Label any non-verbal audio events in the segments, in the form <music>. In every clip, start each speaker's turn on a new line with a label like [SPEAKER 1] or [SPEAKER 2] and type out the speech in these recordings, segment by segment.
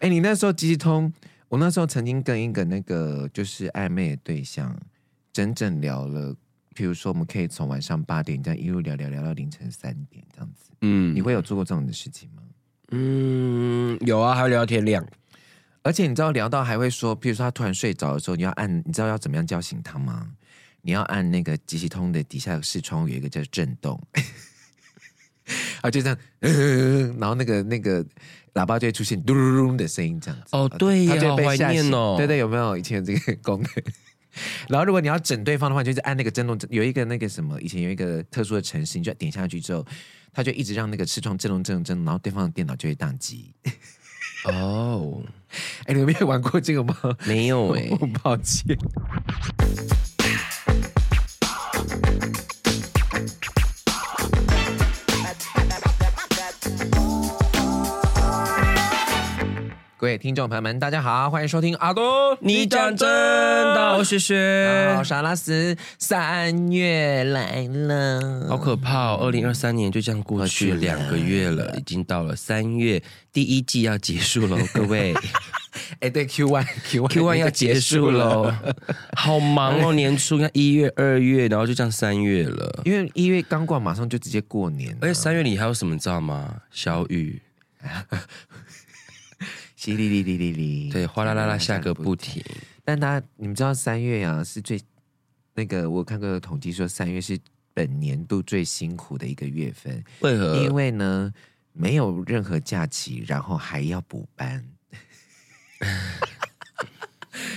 [SPEAKER 1] 哎、你那时候即时通，我那时候曾经跟一个那个就是暧昧的对象，整整聊了，比如说我们可以从晚上八点这样一路聊聊聊到凌晨三点这样子。
[SPEAKER 2] 嗯
[SPEAKER 1] 你会有做过这种的事情吗？
[SPEAKER 2] 嗯，有啊，还有聊天量，
[SPEAKER 1] 而且你知道聊到还会说，比如说他突然睡着的时候，你要按，你知道要怎么样叫醒他吗？你要按那个即时通的底下的视窗有一个叫震动， <laughs> 啊，就这样，呃然后那个那个喇叭就会出现嘟噜噜的声音，这样子。
[SPEAKER 2] 哦对
[SPEAKER 1] 他
[SPEAKER 2] 呀
[SPEAKER 1] 就会被
[SPEAKER 2] 好
[SPEAKER 1] 吓
[SPEAKER 2] 怀念
[SPEAKER 1] 醒
[SPEAKER 2] 哦
[SPEAKER 1] 对对，有没有以前有这个功能？ <laughs> 然后如果你要整对方的话，你就是按那个震动，有一个那个什么，以前有一个特殊的程式，你就点下去之后，它就一直让那个视窗震动震动震动，然后对方的电脑就会宕机。 <laughs>
[SPEAKER 2] 哦，
[SPEAKER 1] 哎，你们没有玩过这个吗？ <laughs>
[SPEAKER 2] 没 <laughs> 有哎、
[SPEAKER 1] 我抱歉。各位听众朋友们，大家好，欢迎收听阿东，
[SPEAKER 2] 你讲真的，我。学
[SPEAKER 1] 好，
[SPEAKER 2] 学
[SPEAKER 1] 我，是阿拉斯，三月来了，
[SPEAKER 2] 好可怕哦！二零二三年就这样过去
[SPEAKER 1] 过去了
[SPEAKER 2] 两个月 <laughs> 了，已经到了三月，第一季要结束 <laughs> 喽，各位
[SPEAKER 1] 哎，对，Q one Q one
[SPEAKER 2] ，Q one 要结束喽，好忙 <laughs> 哦！年初看一月、二月，然后就这样三月了，
[SPEAKER 1] 因为一月刚过完，马上就直接过年了，
[SPEAKER 2] 而且三月里还有什么你知道吗？小雨，
[SPEAKER 1] 淅沥沥沥沥沥，
[SPEAKER 2] 对，哗啦啦啦嗯下个不停，
[SPEAKER 1] 但他，你们知道三月呀、是最那个，我看过统计说三月是本年度最辛苦的一个月份，
[SPEAKER 2] 为何？
[SPEAKER 1] 因为呢没有任何假期，然后还要补
[SPEAKER 2] <laughs>
[SPEAKER 1] 班。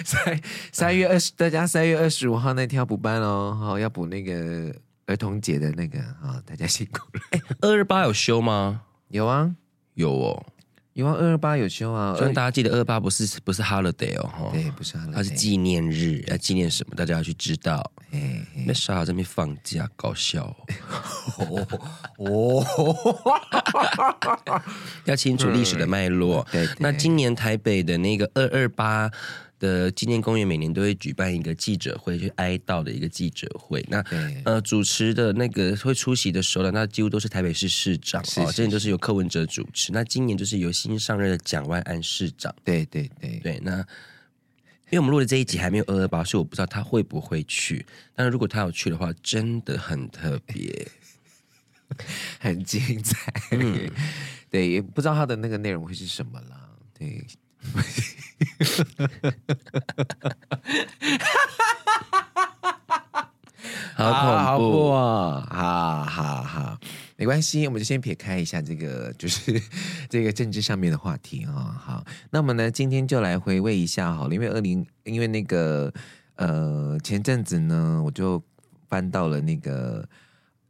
[SPEAKER 1] 三三月二十，大家三月二十五号那天要补班哦，好、要补那个儿童节的那个啊、好大家辛苦了。
[SPEAKER 2] 二二八有休吗？
[SPEAKER 1] 有啊，
[SPEAKER 2] 有哦，哎
[SPEAKER 1] 有啊，二二八有休啊，
[SPEAKER 2] 希
[SPEAKER 1] 二
[SPEAKER 2] 望大家记得二八不是不是 holiday 哦，哈，
[SPEAKER 1] 对，不是啊，
[SPEAKER 2] 它是纪念日，要纪念什么？大家要去知道。
[SPEAKER 1] 哎
[SPEAKER 2] 那傻在那边放假，搞笑哦、
[SPEAKER 1] <laughs> 哦，
[SPEAKER 2] 要清楚历史的脉络。
[SPEAKER 1] 嗯对对
[SPEAKER 2] 那今年台北的那个二二八的纪念公园，每年都会举办一个记者会，去哀悼的一个记者会。那
[SPEAKER 1] 对
[SPEAKER 2] 呃，主持的那个会出席的首长，那几乎都是台北市市长
[SPEAKER 1] 是
[SPEAKER 2] 哦，
[SPEAKER 1] 是
[SPEAKER 2] 之前都是由柯文哲主持。那今年就是由新上任的蒋万安市长。
[SPEAKER 1] 对对对，
[SPEAKER 2] 对，那因为我们录的这一集还没有二二八，所以我不知道他会不会去。但是如果他有去的话，真的很特别。
[SPEAKER 1] 很精彩。对，也不知道他的那个内容会是什么啦。对，
[SPEAKER 2] 好恐怖！
[SPEAKER 1] 啊！好好好，没关系，我们就先撇开一下这个，就是 <laughs> 这个政治上面的话题啊、好，那么呢，今天就来回味一下好了，因为二零，因为那个呃，前阵子呢，我就翻到了那个。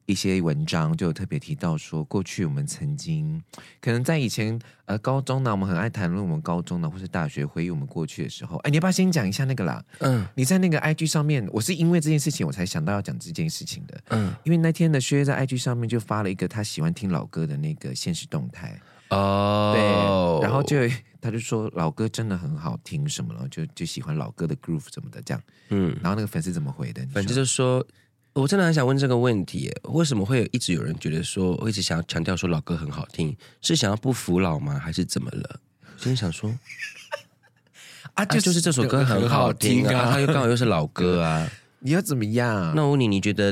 [SPEAKER 1] 一些文章就有特别提到说，过去我们曾经可能在以前呃高中呢，我们很爱谈论我们高中呢，或是大学回忆我们过去的时候。哎，你要不要先讲一下那个啦？
[SPEAKER 2] 嗯
[SPEAKER 1] 你在那个 IG 上面，我是因为这件事情我才想到要讲这件事情的。
[SPEAKER 2] 嗯
[SPEAKER 1] 因为那天呢，薛在 IG 上面就发了一个他喜欢听老歌的那个现实动态，
[SPEAKER 2] 哦，
[SPEAKER 1] 对，然后就他就说老歌真的很好听什么，然后就就喜欢老歌的 groove 什么的这样。
[SPEAKER 2] 嗯，
[SPEAKER 1] 然后那个粉丝怎么回的？你
[SPEAKER 2] 反正
[SPEAKER 1] 说
[SPEAKER 2] 就说。我真的很想问这个问题耶，为什么会有一直有人觉得说，我一直想要强调说老歌很好听，是想要不服老吗，还是怎么了？真的想说，
[SPEAKER 1] 啊，
[SPEAKER 2] 啊、 <laughs> 就是这首歌很好听啊，哎它、
[SPEAKER 1] 啊，
[SPEAKER 2] 又刚好又是老歌 <laughs> 啊。
[SPEAKER 1] 你要怎么样？
[SPEAKER 2] 那我问你，你觉得，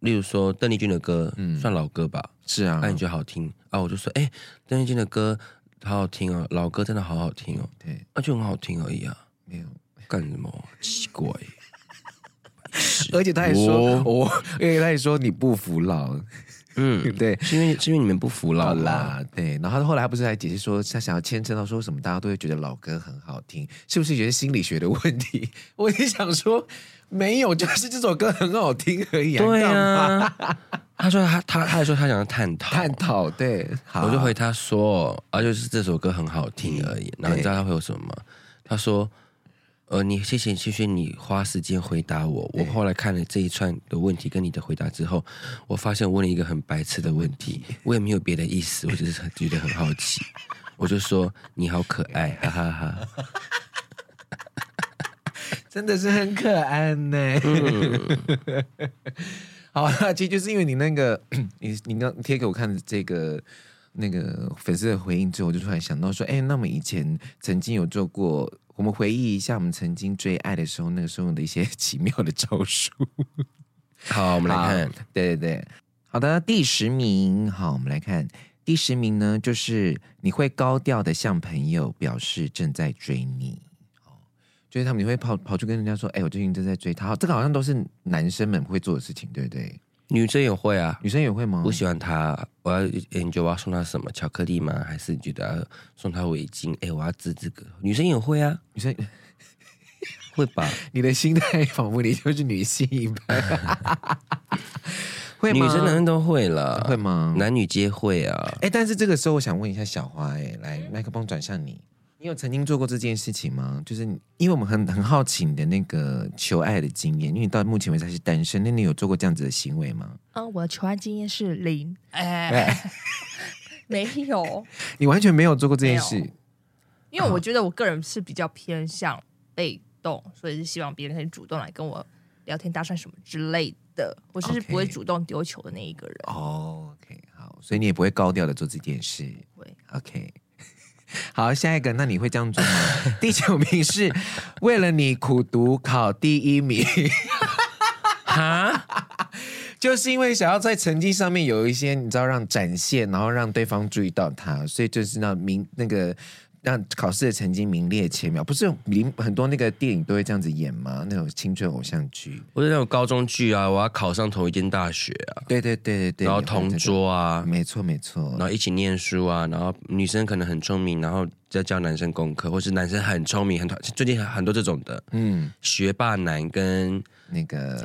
[SPEAKER 2] 例如说邓丽君的歌，算老歌吧？
[SPEAKER 1] 是啊
[SPEAKER 2] 那、，你觉得好听啊？我就说，哎、邓丽君的歌好好听哦，老歌真的好好听哦，
[SPEAKER 1] 对，
[SPEAKER 2] 那、就很好听而已啊，
[SPEAKER 1] 没有。
[SPEAKER 2] 干什么？奇
[SPEAKER 1] <laughs>
[SPEAKER 2] 怪，
[SPEAKER 1] 而且他也说
[SPEAKER 2] 哦，
[SPEAKER 1] 我、而且他也说你不服老，
[SPEAKER 2] 嗯，
[SPEAKER 1] <laughs> 对，
[SPEAKER 2] 是因为是因为你们不服老
[SPEAKER 1] 好
[SPEAKER 2] 吗，
[SPEAKER 1] 啦，对，然后他后来不是还解释说，他想要牵扯到说什么，大家都会觉得老歌很好听，是不是觉得心理学的问题？ <laughs> 我也想说，没有，就是这首歌很好听而已、啊，
[SPEAKER 2] 对
[SPEAKER 1] 干嘛
[SPEAKER 2] 啊。 <laughs> 他说他他他还说他想要探讨，
[SPEAKER 1] 探讨对，好，
[SPEAKER 2] 我就回他说，啊，就是这首歌很好听而已。然后你知道他回我什么吗？他说，呃，你谢谢谢谢你花时间回答我。我后来看了这一串的问题跟你的回答之后，我发现我问了一个很白痴的问题，我也没有别的意思，我只是很觉得很好奇。我就说你好可爱，哈哈哈
[SPEAKER 1] <laughs> 真的是很可爱呢、 <laughs> <clears throat> 好啦，其实就是因为你那个，你你刚贴给我看的这个那个粉丝的回应之后，我就突然想到说，哎、那我们以前曾经有做过，我们回忆一下我们曾经追爱的时候，那个时候的一些 <laughs> 奇妙的招数。
[SPEAKER 2] 好，我们来看，
[SPEAKER 1] 好，对对对，好的，第十名，好，我们来看第十名呢，就是你会高调的向朋友表示正在追你，哦，就是他们你会跑跑去跟人家说，哎、我最近正在追他，好这个好像都是男生们会做的事情，对不对？
[SPEAKER 2] 女生也会啊。
[SPEAKER 1] 女生也会吗？
[SPEAKER 2] 我喜欢她，我要研究我要送她什么巧克力吗？还是觉得要送她围巾？哎，我要织这个。女生也会啊，
[SPEAKER 1] 女生，
[SPEAKER 2] 会吧？
[SPEAKER 1] 你的心态仿佛你就是女性一般，
[SPEAKER 2] <laughs>
[SPEAKER 1] 会
[SPEAKER 2] 女
[SPEAKER 1] 吗？
[SPEAKER 2] 生男生都会了，
[SPEAKER 1] 会吗？
[SPEAKER 2] 男女皆会啊。
[SPEAKER 1] 哎、但是这个时候我想问一下小花、哎，来麦克风转向你，你有曾经做过这件事情吗？就是你因为我们很很好奇你的那个求爱的经验，因为你到目前为止还是单身，那你有做过这样子的行为吗？
[SPEAKER 3] 嗯，我的求爱经验是零，
[SPEAKER 1] 哎
[SPEAKER 3] 哎， <laughs> 没有，
[SPEAKER 1] 你完全没有做过这件
[SPEAKER 3] 没
[SPEAKER 1] 事，
[SPEAKER 3] 因为我觉得我个人是比较偏向被动，所以是希望别人可以主动来跟我聊天、搭讪什么之类的。我是
[SPEAKER 1] OK
[SPEAKER 3] 不会主动丢球的那一个人。
[SPEAKER 1] 哦，OK，好，所以你也不会高调的做这件事
[SPEAKER 3] 会，
[SPEAKER 1] ，OK。好，下一个，那你会这样做 <laughs> 吗？第九名是为了你苦读考第一 <laughs> 名，
[SPEAKER 2] 哈，
[SPEAKER 1] 就是因为想要在成绩上面有一些，你知道让展现，然后让对方注意到他，所以就是让名那个让考试的成绩名列前茅。不是名很多那个电影都会这样子演吗？那种青春偶像剧，
[SPEAKER 2] 我是那种高中剧啊，我要考上同一间大学啊，
[SPEAKER 1] 对对对对对，
[SPEAKER 2] 然后
[SPEAKER 1] 也会有这
[SPEAKER 2] 同
[SPEAKER 1] 种，
[SPEAKER 2] 桌啊，
[SPEAKER 1] 没错没错
[SPEAKER 2] 然，后一起念书啊，然后女生可能很聪明，然后再教男生功课，或是男生很聪明，很最近很多这种的
[SPEAKER 1] 嗯，
[SPEAKER 2] 学霸男跟
[SPEAKER 1] 那个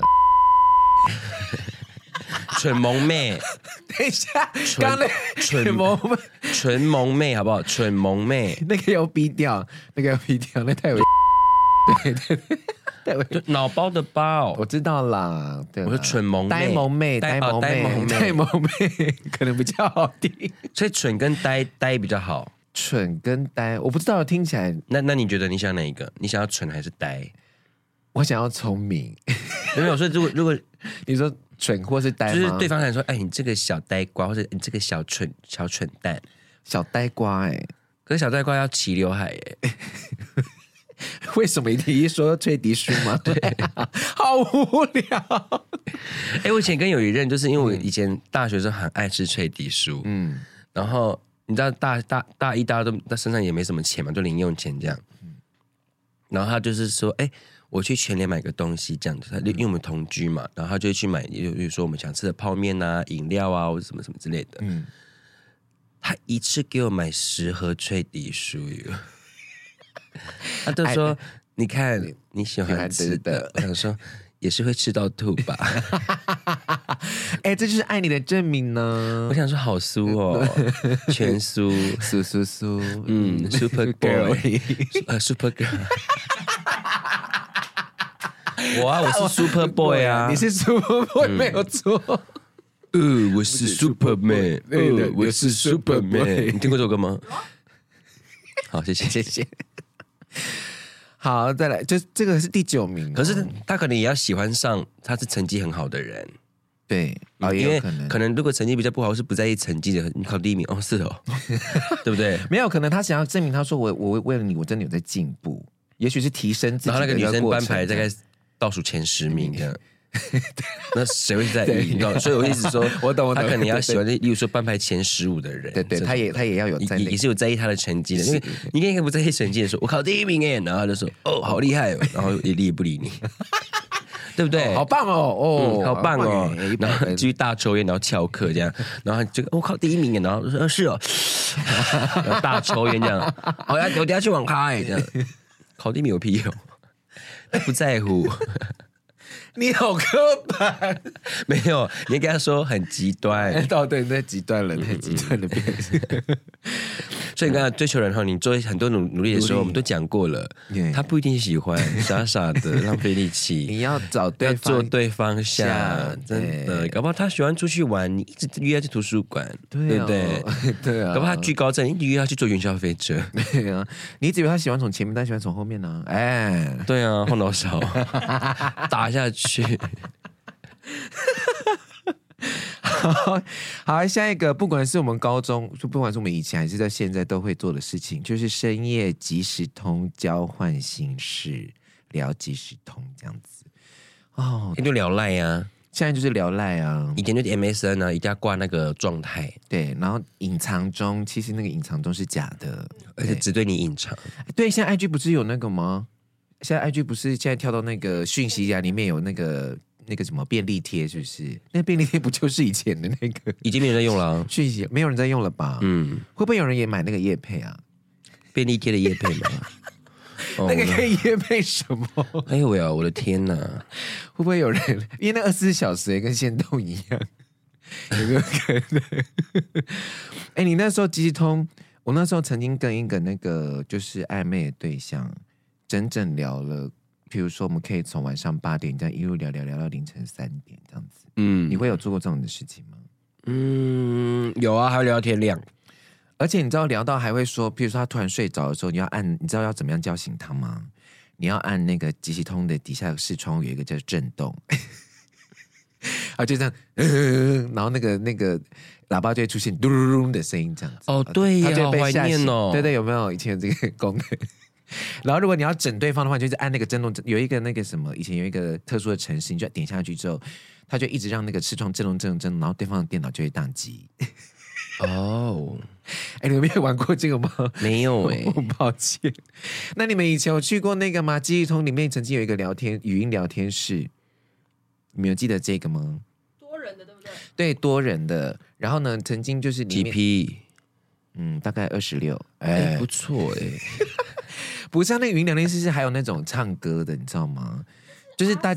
[SPEAKER 2] 蠢萌
[SPEAKER 1] <laughs>
[SPEAKER 2] 妹，
[SPEAKER 1] <laughs> 等一下，
[SPEAKER 2] 蠢
[SPEAKER 1] 刚刚那个
[SPEAKER 2] 蠢
[SPEAKER 1] 萌
[SPEAKER 2] 蠢萌妹好不好？蠢萌妹，
[SPEAKER 1] <laughs> 那个要逼掉，那个要逼掉，那太危，对对 <laughs> 对，太危。
[SPEAKER 2] 就脑包的包
[SPEAKER 1] 我，知道啦，对啦，
[SPEAKER 2] 我是蠢萌妹
[SPEAKER 1] 呆萌妹，
[SPEAKER 2] 呆
[SPEAKER 1] 呆
[SPEAKER 2] 哦
[SPEAKER 1] 萌
[SPEAKER 2] 呆萌
[SPEAKER 1] 妹， <laughs>
[SPEAKER 2] 妹
[SPEAKER 1] 呆萌妹，可能比较好听。
[SPEAKER 2] 所以蠢跟呆呆比较好。
[SPEAKER 1] 蠢跟呆，我不知道，听起来
[SPEAKER 2] 那那你觉得你想哪一个？你想要蠢还是呆？ <laughs>
[SPEAKER 1] 我想要聪明。 <laughs>
[SPEAKER 2] 没有没有，所以如果如果
[SPEAKER 1] 你说蠢或是呆
[SPEAKER 2] 就是
[SPEAKER 1] 吗？
[SPEAKER 2] 对方想说，哎，你这个小呆瓜，或者你这个小蠢小蠢蛋，
[SPEAKER 1] 小呆瓜哎、
[SPEAKER 2] 可是小呆瓜要齐刘海耶、
[SPEAKER 1] <laughs> 为什么一定一说吹笛书吗？ <laughs> 对、好无聊。
[SPEAKER 2] 哎、我以前跟有一任，就是因为我以前大学时候很爱吃脆皮酥，
[SPEAKER 1] 嗯，
[SPEAKER 2] 然后你知道大大大一、大二都他身上也没什么钱嘛，就零用钱这样。然后他就是说，哎、我去全联买个东西这样子，他
[SPEAKER 1] 嗯
[SPEAKER 2] 就因为我们同居嘛，然后他就会去买，比如说我们想吃的泡面啊、饮料啊，或者什么什么之类的。
[SPEAKER 1] 嗯
[SPEAKER 2] 他一次给我买十盒脆皮酥哟，他就说：“你看你喜欢吃的。”我想说，也是会吃到吐吧。
[SPEAKER 1] 哎、这就是爱你的证明呢
[SPEAKER 2] 我。想说好酥哦，全酥，
[SPEAKER 1] 苏苏苏，
[SPEAKER 2] 嗯，Super Girl，呃，Super Girl。我啊，我是 Super Boy 啊，
[SPEAKER 1] 你是 Super Boy 没有错。
[SPEAKER 2] 呃，我是 Superman，
[SPEAKER 1] 对对
[SPEAKER 2] 呃，我是
[SPEAKER 1] 你是 Super Boy
[SPEAKER 2] Superman。你听过这首歌吗？好，谢谢。
[SPEAKER 1] 谢谢。好，再来，就这个是第九名哦、
[SPEAKER 2] 可是他可能也要喜欢上他是成绩很好的人，
[SPEAKER 1] 对，哦，
[SPEAKER 2] 因
[SPEAKER 1] 也
[SPEAKER 2] 为
[SPEAKER 1] 有可能，
[SPEAKER 2] 可能如果成绩比较不好，是不在意成绩的，你考第一名哦，
[SPEAKER 1] <laughs>
[SPEAKER 2] 是哦，对不对？
[SPEAKER 1] 没有可能，他想要证明，他说我我为了你，我真的有在进步，也许是提升自己
[SPEAKER 2] 然后那
[SPEAKER 1] 的
[SPEAKER 2] 个
[SPEAKER 1] 一
[SPEAKER 2] 女
[SPEAKER 1] 过程。，
[SPEAKER 2] 生班排大概倒数前十名这样。那谁会在意？你知道，所以我一直说
[SPEAKER 1] <laughs> 我懂我懂
[SPEAKER 2] 他可能要喜欢，例如说班排前十五的人，
[SPEAKER 1] 对对，
[SPEAKER 2] 这种
[SPEAKER 1] 他也他也要有在那
[SPEAKER 2] 也也
[SPEAKER 1] 个
[SPEAKER 2] 是有在意他的成绩的，因为你应该不在意成绩的时候，我考第一名哎，然后他就说哦，好厉害哦，然后也理也不理
[SPEAKER 1] <laughs>
[SPEAKER 2] 你，对不对？
[SPEAKER 1] 好棒哦
[SPEAKER 2] 嗯，
[SPEAKER 1] 哦，
[SPEAKER 2] 好棒哦
[SPEAKER 1] 耶一！百
[SPEAKER 2] 然后
[SPEAKER 1] 分
[SPEAKER 2] 继续大抽烟，然后翘课这样，然后这个我哦靠第一名耶，然后就说
[SPEAKER 1] <laughs>
[SPEAKER 2] 呃是哦，然后大抽烟这样，好呀，我等下去网咖哎，这样考第一名有屁用？他不在乎， <laughs>
[SPEAKER 1] 你好刻板，
[SPEAKER 2] 没有，你跟他说很极端，
[SPEAKER 1] 到底在极端了，太极端
[SPEAKER 2] 嗯
[SPEAKER 1] 了，变成
[SPEAKER 2] 所以你刚才追求人哈，你做很多努努力的时候，我们都讲过了
[SPEAKER 1] Yeah，
[SPEAKER 2] 他不一定喜欢，傻傻的浪费力 <laughs> 气。
[SPEAKER 1] 你要找 <laughs>
[SPEAKER 2] 要
[SPEAKER 1] 对
[SPEAKER 2] 做
[SPEAKER 1] 方，
[SPEAKER 2] 对方向
[SPEAKER 1] 向，
[SPEAKER 2] 真的，
[SPEAKER 1] 对
[SPEAKER 2] 搞不好他喜欢出去玩，你一直约他去图书馆，对
[SPEAKER 1] 对
[SPEAKER 2] 不
[SPEAKER 1] 哦
[SPEAKER 2] 对？
[SPEAKER 1] 对啊，
[SPEAKER 2] 搞不好他居高症，你约他去坐云霄飞车。
[SPEAKER 1] 对啊，你只以为他喜欢从前面，但他喜欢从后面呢，哎。
[SPEAKER 2] <laughs> 对啊，后脑 <laughs> 勺哎打下去。
[SPEAKER 1] <laughs> 好，下一个，不管是我们高中，就不管是我们以前还是到现在都会做的事情，就是深夜即时通交换心事，聊即时通这样子。哦，
[SPEAKER 2] 一定聊赖啊，
[SPEAKER 1] 现在就是聊赖啊，
[SPEAKER 2] 以前就 MSN 啊，一定要挂那个状态，
[SPEAKER 1] 对，然后隐藏中，其实那个隐藏中是假的，
[SPEAKER 2] 而且只对你隐藏。
[SPEAKER 1] 对，现在 IG 不是有那个吗？现在 IG 不是现在跳到那个讯息夹里面有那个那个什么便利贴，是不是？那便利贴不就是以前的那个
[SPEAKER 2] 已经没人在用了、啊。
[SPEAKER 1] 讯息？没有人在用了吧？
[SPEAKER 2] 嗯，
[SPEAKER 1] 会不会有人也买那个叶配啊？
[SPEAKER 2] 便利贴的叶配 <laughs> 嘛。哦
[SPEAKER 1] 那个可以叶配什么？会
[SPEAKER 2] 哎呦喂啊！我的天哪！
[SPEAKER 1] 不会有人？因为那二十四小时也跟限动一样，有没有可能？哎、你那时候即时通，我那时候曾经跟一个那个就是暧昧的对象，整整聊了，比如说我们可以从晚上八点这样一路聊聊聊到凌晨三点这样子。你
[SPEAKER 2] 嗯
[SPEAKER 1] 会有做过这种的事情吗？
[SPEAKER 2] 嗯，有啊，还有聊天量。
[SPEAKER 1] 而且你知道聊到还会说，譬如说他突然睡着的时候，你要按，你知道要怎么样叫醒他吗？你要按那个即时通的底下有视窗有一个叫震动， <laughs> 啊就这样， <laughs> 呃然后那个那个喇叭就会出现嘟噜噜的声音这样子。
[SPEAKER 2] 哦，对
[SPEAKER 1] 他
[SPEAKER 2] 呀、
[SPEAKER 1] 就
[SPEAKER 2] 好
[SPEAKER 1] 会
[SPEAKER 2] 怀
[SPEAKER 1] 被吓
[SPEAKER 2] 念
[SPEAKER 1] 醒
[SPEAKER 2] 哦。
[SPEAKER 1] 对对，有没有以前有这个 <laughs> 功能？然后如果你要整对方的话，就是按那个震动，有一个那个什么，以前有一个特殊的程式，你就点下去之后，它就一直让那个视窗震动震动震动，然后对方的电脑就会宕机。 <laughs>
[SPEAKER 2] 哦，
[SPEAKER 1] 哎，你们没有玩过这个吗？
[SPEAKER 2] 没有 <laughs> 哎、
[SPEAKER 1] <laughs> 我很抱歉。那你们以前有去过那个吗？记忆通里面曾经有一个聊天语音聊天室，你们有记得这个吗？
[SPEAKER 3] 多人的对不对？
[SPEAKER 1] 对，多人的。然后呢，曾经就是里
[SPEAKER 2] 几
[SPEAKER 1] 面，
[SPEAKER 2] P？
[SPEAKER 1] 嗯，大概二十六。
[SPEAKER 2] 哎、
[SPEAKER 1] 哎，
[SPEAKER 2] 不错哎、
[SPEAKER 1] 不是、啊，那个语音聊天室是还有那种唱歌的，你知道吗？就是大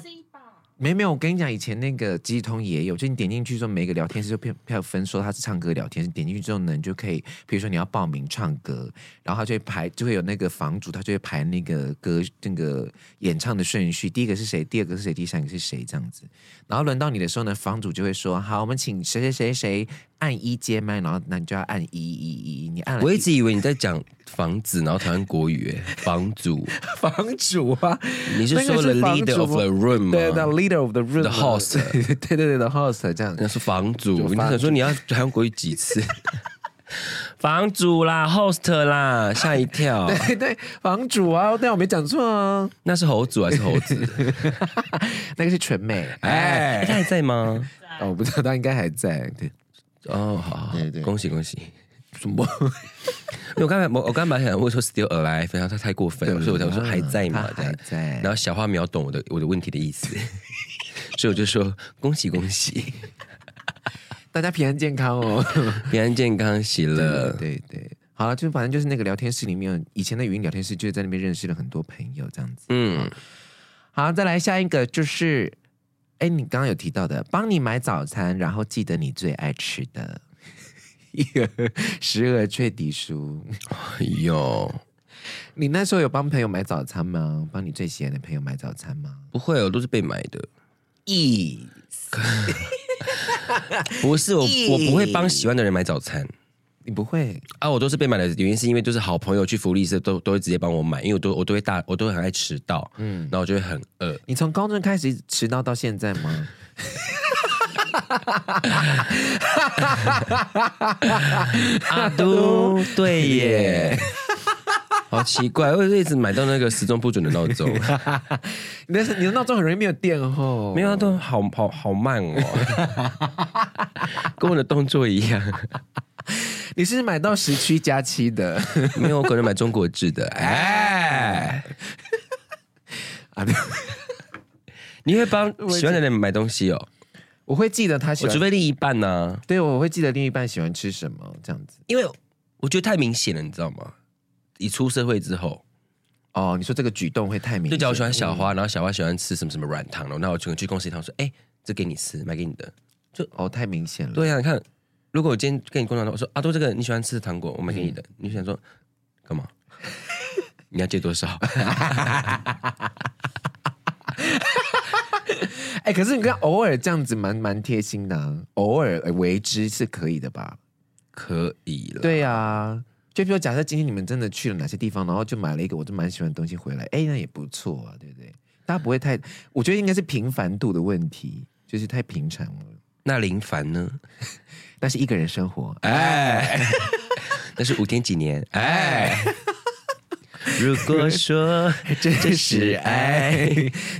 [SPEAKER 1] 没没有，我跟你讲，以前那个机通也有，就你点进去之后，每个聊天室就票票分说它是唱歌聊天室，点进去之后呢，你就可以，比如说你要报名唱歌，然后它就会排，就会有那个房主，他就会排那个歌那个演唱的顺序，第一个是谁，第二个是谁，第三个是谁这样子。然后轮到你的时候呢，房主就会说，好，我们请谁谁谁谁按一接麦，然后那你就要按一一一一，你按了
[SPEAKER 2] 我
[SPEAKER 1] 一
[SPEAKER 2] 一直以为你在讲房子，然后讨论国语哎、房主，
[SPEAKER 1] 房主啊，
[SPEAKER 2] 你是
[SPEAKER 1] 那个
[SPEAKER 2] 说
[SPEAKER 1] 是
[SPEAKER 2] the
[SPEAKER 1] 房主
[SPEAKER 2] leader of
[SPEAKER 1] 吗
[SPEAKER 2] the room 吗？
[SPEAKER 1] 对，the leader of the room，
[SPEAKER 2] The host
[SPEAKER 1] <laughs> 对对对对，the host
[SPEAKER 2] <laughs>
[SPEAKER 1] 这样。
[SPEAKER 2] 那是房
[SPEAKER 1] 就
[SPEAKER 2] 主，你
[SPEAKER 1] 房主
[SPEAKER 2] 想说你要韩国语几次？ <laughs> 房主啦，host 啦，吓一跳。
[SPEAKER 1] <laughs> 对对，房主啊，但我没讲错啊， <laughs>
[SPEAKER 2] 那是猴主还是猴子？
[SPEAKER 1] 那个是纯美，
[SPEAKER 2] 哎，他还在吗？
[SPEAKER 1] 哦，我不知道，他应该还在。 <laughs> 对，
[SPEAKER 2] 哦，好好，
[SPEAKER 1] 对对
[SPEAKER 2] 恭喜恭喜！
[SPEAKER 1] 什
[SPEAKER 2] <laughs>
[SPEAKER 1] 么？
[SPEAKER 2] 因为我刚才我我刚才本来想问说 still alive，然后他太过分了，所以我才说还在
[SPEAKER 1] 嗯
[SPEAKER 2] 嘛
[SPEAKER 1] 他，
[SPEAKER 2] 这
[SPEAKER 1] 还
[SPEAKER 2] 样。
[SPEAKER 1] 在
[SPEAKER 2] 然。后小花秒懂我的我的问题的
[SPEAKER 1] <laughs>
[SPEAKER 2] 意思，所以我就说恭喜恭喜，
[SPEAKER 1] 大家平安健康
[SPEAKER 2] <laughs>
[SPEAKER 1] 哦。
[SPEAKER 2] 平安健康喜乐。
[SPEAKER 1] 对对，好了，就反正就是那个聊天室里面，以前的语音聊天室，就是在那边认识了很多朋友，这样子。
[SPEAKER 2] 嗯，
[SPEAKER 1] 好，再来下一个就是，哎，你刚刚有提到的，帮你买早餐，然后记得你最爱吃的。 <laughs> 一儿十而却抵书，
[SPEAKER 2] 哎呦，
[SPEAKER 1] 你那时候有帮朋友买早餐吗？帮你最喜爱的朋友买早餐吗？
[SPEAKER 2] 不会哦，都是被买的。
[SPEAKER 1] 咦，
[SPEAKER 2] 不是我，
[SPEAKER 1] 咦
[SPEAKER 2] 我不会帮喜欢的人买早餐
[SPEAKER 1] 你不会？
[SPEAKER 2] 啊，我都是被买的原因是因为就是好朋友去福利社都都会直接帮我买，因为我都我都会大我都会很爱迟到，嗯，然后我就会很饿。
[SPEAKER 1] 你从高中开始迟到到现在吗？
[SPEAKER 2] <laughs>
[SPEAKER 1] <laughs>
[SPEAKER 2] 阿都，对耶，好奇怪，我就一直买到那个时钟不准的闹 <laughs> 钟，
[SPEAKER 1] 你的你的闹钟很容易没有电哦。
[SPEAKER 2] 没有，它都好好好慢 <laughs> 哦，跟我的动作一样。
[SPEAKER 1] 你是买到十区加七
[SPEAKER 2] <laughs>
[SPEAKER 1] 的
[SPEAKER 2] 没有，我可能买中国制的。哎，
[SPEAKER 1] 啊？对
[SPEAKER 2] 你会帮喜欢的人买东西哦，
[SPEAKER 1] 我会记得他喜
[SPEAKER 2] 我除
[SPEAKER 1] 欢，
[SPEAKER 2] 非另一半呢、
[SPEAKER 1] 对，我会记得另一半喜欢吃什么这样子。
[SPEAKER 2] 因为我觉得太明显了，你知道吗？你出社会之后，
[SPEAKER 1] 哦，你说这个举动会太明
[SPEAKER 2] 就
[SPEAKER 1] 显？嗯
[SPEAKER 2] 假如我喜欢小花，然后小花喜欢吃什么什么软糖了，那我就去公司一趟说，哎、这给你吃，买给你的。
[SPEAKER 1] 哦，太明显了。
[SPEAKER 2] 对呀、啊你看，如果我今天跟你工作的话，我说阿啊多，这个你喜欢吃的糖果，我买给你的，
[SPEAKER 1] 嗯
[SPEAKER 2] 你就想说干
[SPEAKER 1] <laughs>
[SPEAKER 2] 嘛？你要借多少？
[SPEAKER 1] 哎、可是你看，偶尔这样子蛮蛮贴心的、啊，偶尔为之是可以的吧？
[SPEAKER 2] 可以了。
[SPEAKER 1] 对啊，就比如假设今天你们真的去了哪些地方，然后就买了一个我就蛮喜欢的东西回来，哎、那也不错啊，对不对？大家不会太，我觉得应该是频繁度的问题，就是太平常了。
[SPEAKER 2] 那林凡呢？
[SPEAKER 1] 那是一个人生 <laughs> 活，
[SPEAKER 2] 哎， <laughs> 那是五天几年？哎， <laughs> 如
[SPEAKER 1] <laughs>
[SPEAKER 2] 果说
[SPEAKER 1] 哎真哎
[SPEAKER 2] 这是爱，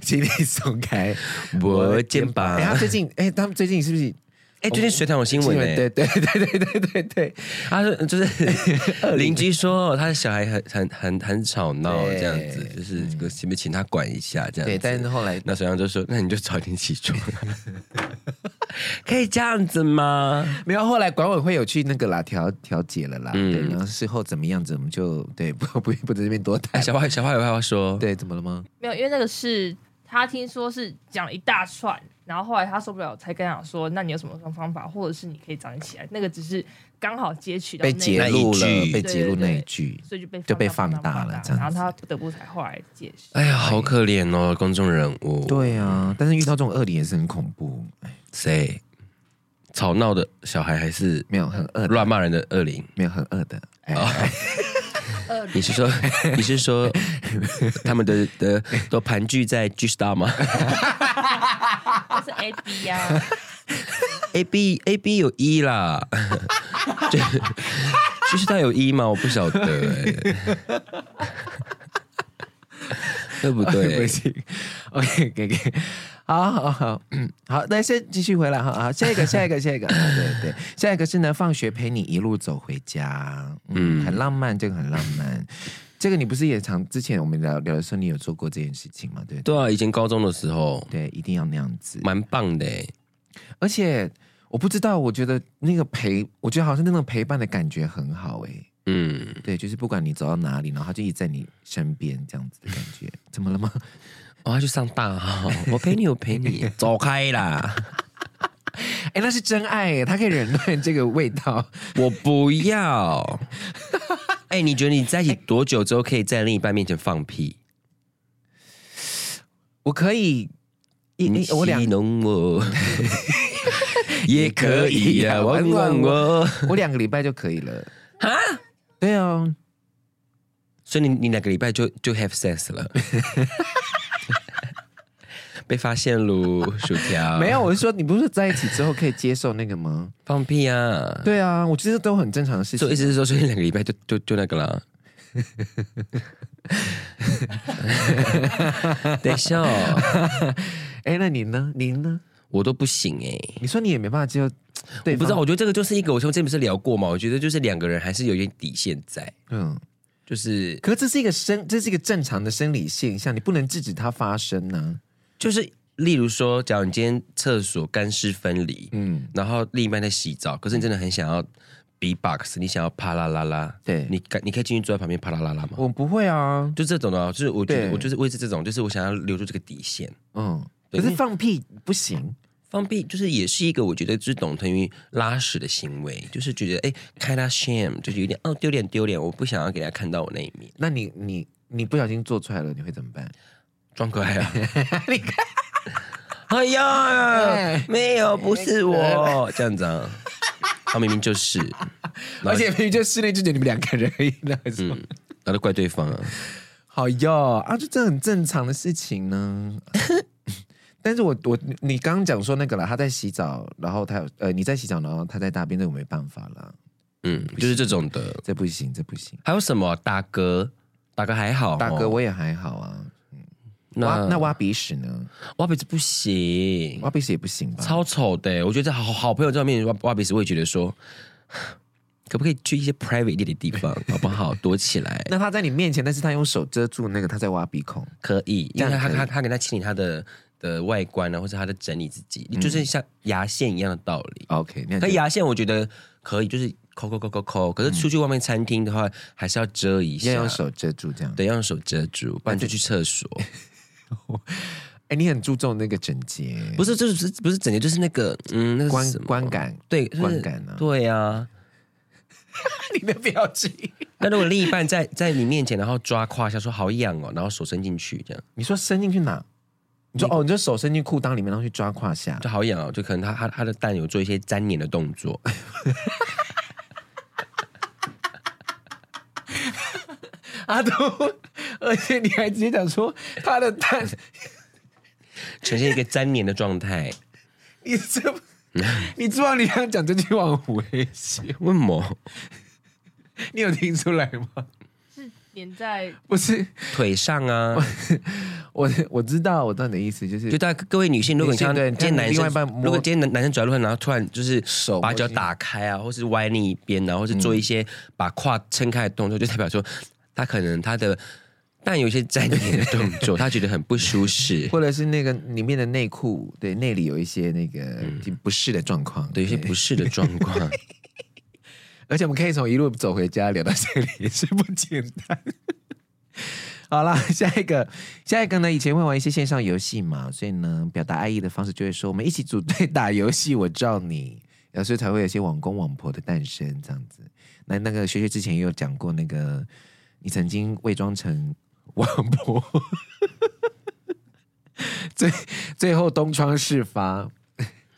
[SPEAKER 1] 请你松开
[SPEAKER 2] 我肩膀
[SPEAKER 1] 哎，他最近，哎，他们最近是不是？
[SPEAKER 2] 哎，最近水塘有新闻哎、
[SPEAKER 1] 对对对对对对对，
[SPEAKER 2] 他 <laughs> 说就是邻居说他的小孩很很很很吵闹
[SPEAKER 1] 对
[SPEAKER 2] 这样子，就是请不请他管一下这样
[SPEAKER 1] 对，
[SPEAKER 2] 子。
[SPEAKER 1] 但是后来
[SPEAKER 2] 那水上就说：“那你就早点起 <laughs> 床，可以这样子吗？”
[SPEAKER 1] 没有，后来管委会有去那个啦调调解了啦，
[SPEAKER 2] 嗯
[SPEAKER 1] 对，然后事后怎么样子，我们就对 <laughs> 不不不在这边多
[SPEAKER 2] <laughs> 哎，
[SPEAKER 1] 谈。
[SPEAKER 2] 小花小花有话要说，
[SPEAKER 1] 对，怎么了吗？
[SPEAKER 3] 没有，因为那个是他听说是讲了一大串，然后后来他受不了，才跟他讲说，那你有什么方法，或者是你可以早点起来。那个只是刚好截取到
[SPEAKER 1] 被
[SPEAKER 3] 那
[SPEAKER 1] 揭
[SPEAKER 3] 一
[SPEAKER 1] 露了
[SPEAKER 2] 那一，句
[SPEAKER 1] 被揭露
[SPEAKER 3] 对对对
[SPEAKER 1] 那一句，
[SPEAKER 3] 所以就被
[SPEAKER 1] 就被
[SPEAKER 3] 放
[SPEAKER 1] 放大
[SPEAKER 3] 放
[SPEAKER 1] 了这样子
[SPEAKER 3] 然后他不得不才后来解释。 <laughs>
[SPEAKER 2] 哎呀，好可怜哦，公众人物。
[SPEAKER 1] 对啊，但是遇到这种恶的也是很恐怖，哎
[SPEAKER 2] 谁吵闹的小孩还是
[SPEAKER 1] 没有很恶的，
[SPEAKER 2] 乱骂人的恶灵？
[SPEAKER 1] 没有很恶的，哎，
[SPEAKER 3] 呃，
[SPEAKER 2] 你是说你是 <laughs> 说他们的的都盘踞在 G Star 吗
[SPEAKER 3] 他是 A B 啊呀、
[SPEAKER 2] ？A B A B 有一啦， <laughs> 就 G Star 有一吗？我不晓得、欸，对哎
[SPEAKER 1] <laughs> 不
[SPEAKER 2] 不对？
[SPEAKER 1] 行，OK OK OK，好好好，嗯，好，那先继续回来哈，好，下一个下一个下一个，啊对对，下一个是呢，放学陪你一路走回家，嗯，很浪漫，这个很浪漫，这个你不是也常之前我们聊聊的时候，你有做过这件事情吗？对不对
[SPEAKER 2] 对啊，以前高中的时候
[SPEAKER 1] 对，一定要那样子，
[SPEAKER 2] 蛮棒的、欸，
[SPEAKER 1] 而且我不知道，我觉得那个陪，我觉得好像那种陪伴的感觉很好哎、
[SPEAKER 2] 嗯。
[SPEAKER 1] 对，就是不管你走到哪里，然后他就一直在你身边这样子的感觉，怎么了吗？
[SPEAKER 2] 哦，他去上大号，我陪你，我陪你，走开啦！
[SPEAKER 1] 哎、那是真爱耶，他可以忍耐这个味道。
[SPEAKER 2] 我不要。哎、你觉得你在一起多久之后可以在另一半面前放屁？
[SPEAKER 1] 我可以一
[SPEAKER 2] 你
[SPEAKER 1] 一我两
[SPEAKER 2] 戏弄我 <laughs> 也可以呀、玩玩我。
[SPEAKER 1] 我两个礼拜就可以了啊？对啊，
[SPEAKER 2] 所以你你两个礼拜就就 have sex 了， <laughs> 被发现喽，薯条
[SPEAKER 1] 没有，我是说你不是说在一起之后可以接受那个吗？
[SPEAKER 2] 放屁啊！
[SPEAKER 1] 对啊，我觉得都很正常的事
[SPEAKER 2] 所以意
[SPEAKER 1] 情。
[SPEAKER 2] 思是说，所以两个礼拜就就就那个啦。 <laughs> 等一下哦，
[SPEAKER 1] 哎、那你呢？你呢？
[SPEAKER 2] 我都不行哎、
[SPEAKER 1] 你说你也没办法接受，对方，
[SPEAKER 2] 我不知道，我觉得这个就是一个，我前面不是聊过嘛？我觉得就是两个人还是有一点底线在，
[SPEAKER 1] 嗯。
[SPEAKER 2] 就是
[SPEAKER 1] 可是这是一个生，这是一个正常的生理现象，你不能制止它发生啊呢、
[SPEAKER 2] 就是，例如说，假如你今天厕所干湿分离，
[SPEAKER 1] 嗯，
[SPEAKER 2] 然后另一半在洗澡，可是你真的很想要 B box，你想要啪啦啦啦，
[SPEAKER 1] 对
[SPEAKER 2] 你敢你可以进去坐在旁边啪啦啦啦吗？
[SPEAKER 1] 我不会啊，
[SPEAKER 2] 就这种的啊，就是我觉得
[SPEAKER 1] 对
[SPEAKER 2] 我就是我也是这种，就是我想要留住这个底线。
[SPEAKER 1] 嗯，
[SPEAKER 2] 对
[SPEAKER 1] 可是
[SPEAKER 2] 因为
[SPEAKER 1] 放屁不行，
[SPEAKER 2] 放屁就是也是一个我觉得就是等同于拉屎的行为，就是觉得哎开他 shame，就是有点哦丢脸丢脸，我不想要给他看到我那一面，
[SPEAKER 1] 那你你你不小心做出来了，你会怎么办？
[SPEAKER 2] 装可爱
[SPEAKER 1] <laughs>
[SPEAKER 2] 啊！你看，哎呀
[SPEAKER 1] 哎，
[SPEAKER 2] 没有，不是我这样子啊，他明明就是，
[SPEAKER 1] <laughs> 而且明明就室内就只有你们两个人而已，那还是、
[SPEAKER 2] 嗯，然后就怪对方啊。
[SPEAKER 1] 好哟啊，就这很正常的事情呢。 <laughs> 但是我我你你刚刚讲说那个啦，他在洗澡，然后他有呃你在洗澡，然后他在大便，这我没办法啦，
[SPEAKER 2] 嗯，就是这种的。
[SPEAKER 1] 这不行，这不行。
[SPEAKER 2] 还有什么啊大哥？大哥还好哦，
[SPEAKER 1] 大哥，我也还好啊。挖
[SPEAKER 2] 那
[SPEAKER 1] 那挖鼻屎呢？
[SPEAKER 2] 挖鼻子不行，
[SPEAKER 1] 挖鼻屎也不行吧？
[SPEAKER 2] 超丑的欸。我觉得在好好朋友在外面挖挖鼻子，我也觉得说， <sighs> 可不可以去一些 private 一点的地方，好不好？躲起来
[SPEAKER 1] <laughs> 那他在你面前，但是他用手遮住那个，他在挖鼻孔。
[SPEAKER 2] 可以，因为
[SPEAKER 1] 这样
[SPEAKER 2] 他
[SPEAKER 1] 可以
[SPEAKER 2] 他他给他清理他的的外观啊，或者他在整理自己，就是像牙线一样的道理。
[SPEAKER 1] OK，那
[SPEAKER 2] 可
[SPEAKER 1] 就
[SPEAKER 2] 牙线我觉得可以，就是抠抠抠抠抠。可是出去外面餐厅的话，还是要遮一下，
[SPEAKER 1] 嗯要用手遮住这样。，
[SPEAKER 2] 对，要用手遮住，不然就去厕所。
[SPEAKER 1] 哎，你很注重那个整洁，
[SPEAKER 2] 不是，就是不是不是整洁，就是那个嗯，那个
[SPEAKER 1] 观
[SPEAKER 2] 是什么
[SPEAKER 1] 观感。
[SPEAKER 2] 对就是
[SPEAKER 1] 观感啊
[SPEAKER 2] 对啊。
[SPEAKER 1] <laughs> 你的表情，
[SPEAKER 2] 那如果另一半在在你面前，然后抓胯下说好痒哦，然后手伸进去这样，
[SPEAKER 1] 你说伸进去哪？你说哦，你说手伸进裤裆里面，然后去抓胯下。
[SPEAKER 2] 就好痒哦，就可能他他他的蛋有做一些粘黏的动作，
[SPEAKER 1] 阿东，而且你还直接讲说他的蛋， <laughs>
[SPEAKER 2] 呈现一个粘黏的状态。 <laughs>
[SPEAKER 1] 你这不你知道你想讲这句话很危险，
[SPEAKER 2] 问某
[SPEAKER 1] 你有听出来吗？
[SPEAKER 3] 是粘在
[SPEAKER 1] 不是，
[SPEAKER 2] 腿上
[SPEAKER 1] 哦
[SPEAKER 2] 啊，
[SPEAKER 1] 我我知道我知道你的意思，就是
[SPEAKER 2] 就大家各位女性，如果你像
[SPEAKER 1] 女性对
[SPEAKER 2] 今天男
[SPEAKER 1] 另
[SPEAKER 2] 生
[SPEAKER 1] 外一半，摸
[SPEAKER 2] 如果今天男男生走在路上，然后突然就是
[SPEAKER 1] 手
[SPEAKER 2] 把
[SPEAKER 1] 摸
[SPEAKER 2] 脚
[SPEAKER 1] 进
[SPEAKER 2] 打开啊，或是歪另一边啊，或是做一些把胯撑开的动作，就代表说他可能他的但有一些沾黏的动作，他觉得很不舒适。
[SPEAKER 1] 或者是那个里面的内裤，对，内里有一些那个不适的状况，
[SPEAKER 2] <laughs> 嗯对一些不适的状况，
[SPEAKER 1] 而且我们可以从一路走回家聊到这里，也是不简单。好啦，下一个，下一个呢？以前会玩一些线上游戏嘛，所以呢，表达爱意的方式就会说我们一起组队打游戏，我罩你，然后所以才会有一些网公网婆的诞生这样子。那那个学学之前也有讲过，那个你曾经伪装成网婆，最最后东窗事发，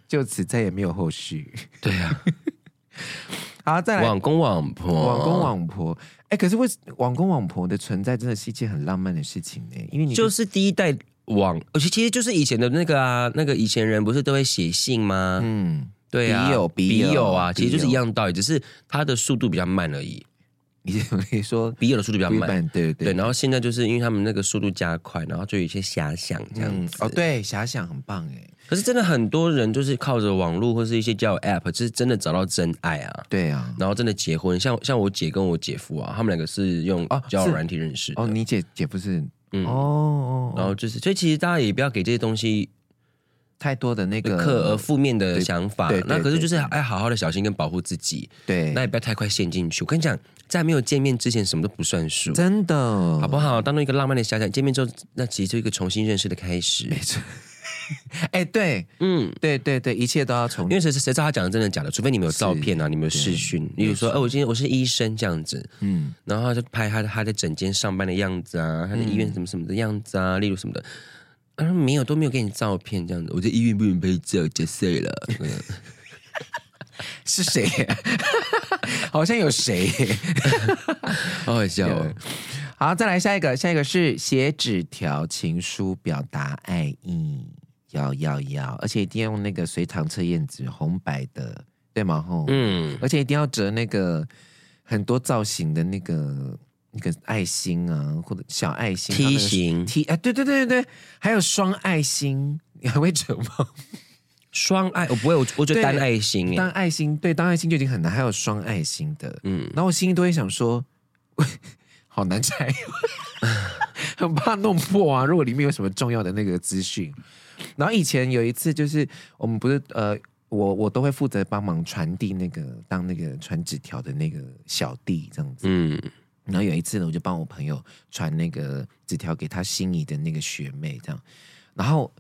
[SPEAKER 1] 就此再也没有后续。
[SPEAKER 2] <laughs> 对啊，
[SPEAKER 1] 好，再来
[SPEAKER 2] 网公网婆，
[SPEAKER 1] 网公网婆，哎、可是为什网公网婆的存在真的是一件很浪漫的事情呢？因为你
[SPEAKER 2] 就是第一代网，而且其实就是以前的那个啊，那个以前人不是都会写信吗？
[SPEAKER 1] 嗯，
[SPEAKER 2] 对啊，
[SPEAKER 1] 笔友笔
[SPEAKER 2] 笔
[SPEAKER 1] 友
[SPEAKER 2] 友啊，
[SPEAKER 1] 笔
[SPEAKER 2] 其
[SPEAKER 1] 友
[SPEAKER 2] 实就是一样道理，只是它的速度比较慢而已。
[SPEAKER 1] 你 <laughs> 是可以说
[SPEAKER 2] 笔友的速度比较
[SPEAKER 1] 规
[SPEAKER 2] 慢，
[SPEAKER 1] 版，对对
[SPEAKER 2] 对。然后现在就是因为他们那个速度加快，然后就有一些遐想这样
[SPEAKER 1] 嗯
[SPEAKER 2] 子。
[SPEAKER 1] 哦，。对，遐想很棒哎，
[SPEAKER 2] 可是真的很多人就是靠着网络或是一些交友 App，就是真的找到真爱啊，
[SPEAKER 1] 对啊，
[SPEAKER 2] 然后真的结婚。像像我姐跟我姐夫啊，他们两个是用
[SPEAKER 1] 哦
[SPEAKER 2] 交
[SPEAKER 1] 是
[SPEAKER 2] 友软体认识的。
[SPEAKER 1] 哦，你姐姐夫是
[SPEAKER 2] 嗯
[SPEAKER 1] 哦哦，
[SPEAKER 2] 然后
[SPEAKER 1] 哦
[SPEAKER 2] 就是，所以其实大家也不要给这些东西
[SPEAKER 1] 太多的那个
[SPEAKER 2] 刻额负面的呃
[SPEAKER 1] 对
[SPEAKER 2] 想法
[SPEAKER 1] 对对。
[SPEAKER 2] 那可是
[SPEAKER 1] 对
[SPEAKER 2] 就是
[SPEAKER 1] 对
[SPEAKER 2] 要好好的小心跟保护自己，
[SPEAKER 1] 对，
[SPEAKER 2] 那也不要太快陷进去。我跟你讲，在没有见面之前，什么都不算数，
[SPEAKER 1] 真的
[SPEAKER 2] 好不好？当做一个浪漫的遐想，见面之后，那其实就一个重新认识的开始。
[SPEAKER 1] 哎，对
[SPEAKER 2] 嗯，
[SPEAKER 1] 对对对，一切都要从
[SPEAKER 2] 因为谁谁知道他讲的真的假的？除非你们有照片啊，你们有视讯，例如说，哎、我今天我是医生这样子，
[SPEAKER 1] 嗯
[SPEAKER 2] 然后他就拍他他在整间上班的样子啊，他在医院什么什么的样子啊，例如什么的。啊，没有，都没有给你照片这样子。我在医院不能拍照，结碎了。
[SPEAKER 1] 是谁， <laughs> 好像有谁。
[SPEAKER 2] 好好笑哦！
[SPEAKER 1] 好，再来下一个，下一个是写纸条、情书表达爱意，要要要，而且一定要用那个隋唐测验纸，红白的，对吗？吼，
[SPEAKER 2] 嗯，
[SPEAKER 1] 而且一定要折那个很多造型的那个那个爱心啊，或者小爱心
[SPEAKER 2] 梯形、
[SPEAKER 1] T 啊，对对对对对，还有双爱心， <laughs> 你还会折吗？
[SPEAKER 2] 双爱，我不会，我我觉
[SPEAKER 1] 对
[SPEAKER 2] 得单爱心
[SPEAKER 1] 当
[SPEAKER 2] 哎，
[SPEAKER 1] 爱心，对，当爱心就已经很难，还有双爱心的，嗯，然后我心里都会想说， <laughs> 好难拆哦， <laughs> 很怕弄破啊。如果里面有什么重要的那个资讯，然后以前有一次就是我们不是呃，我我都会负责帮忙传递那个当那个传纸条的那个小弟这样子，
[SPEAKER 2] 嗯，
[SPEAKER 1] 然后有一次呢，我就帮我朋友传那个纸条给他心仪的那个学妹，这样。然后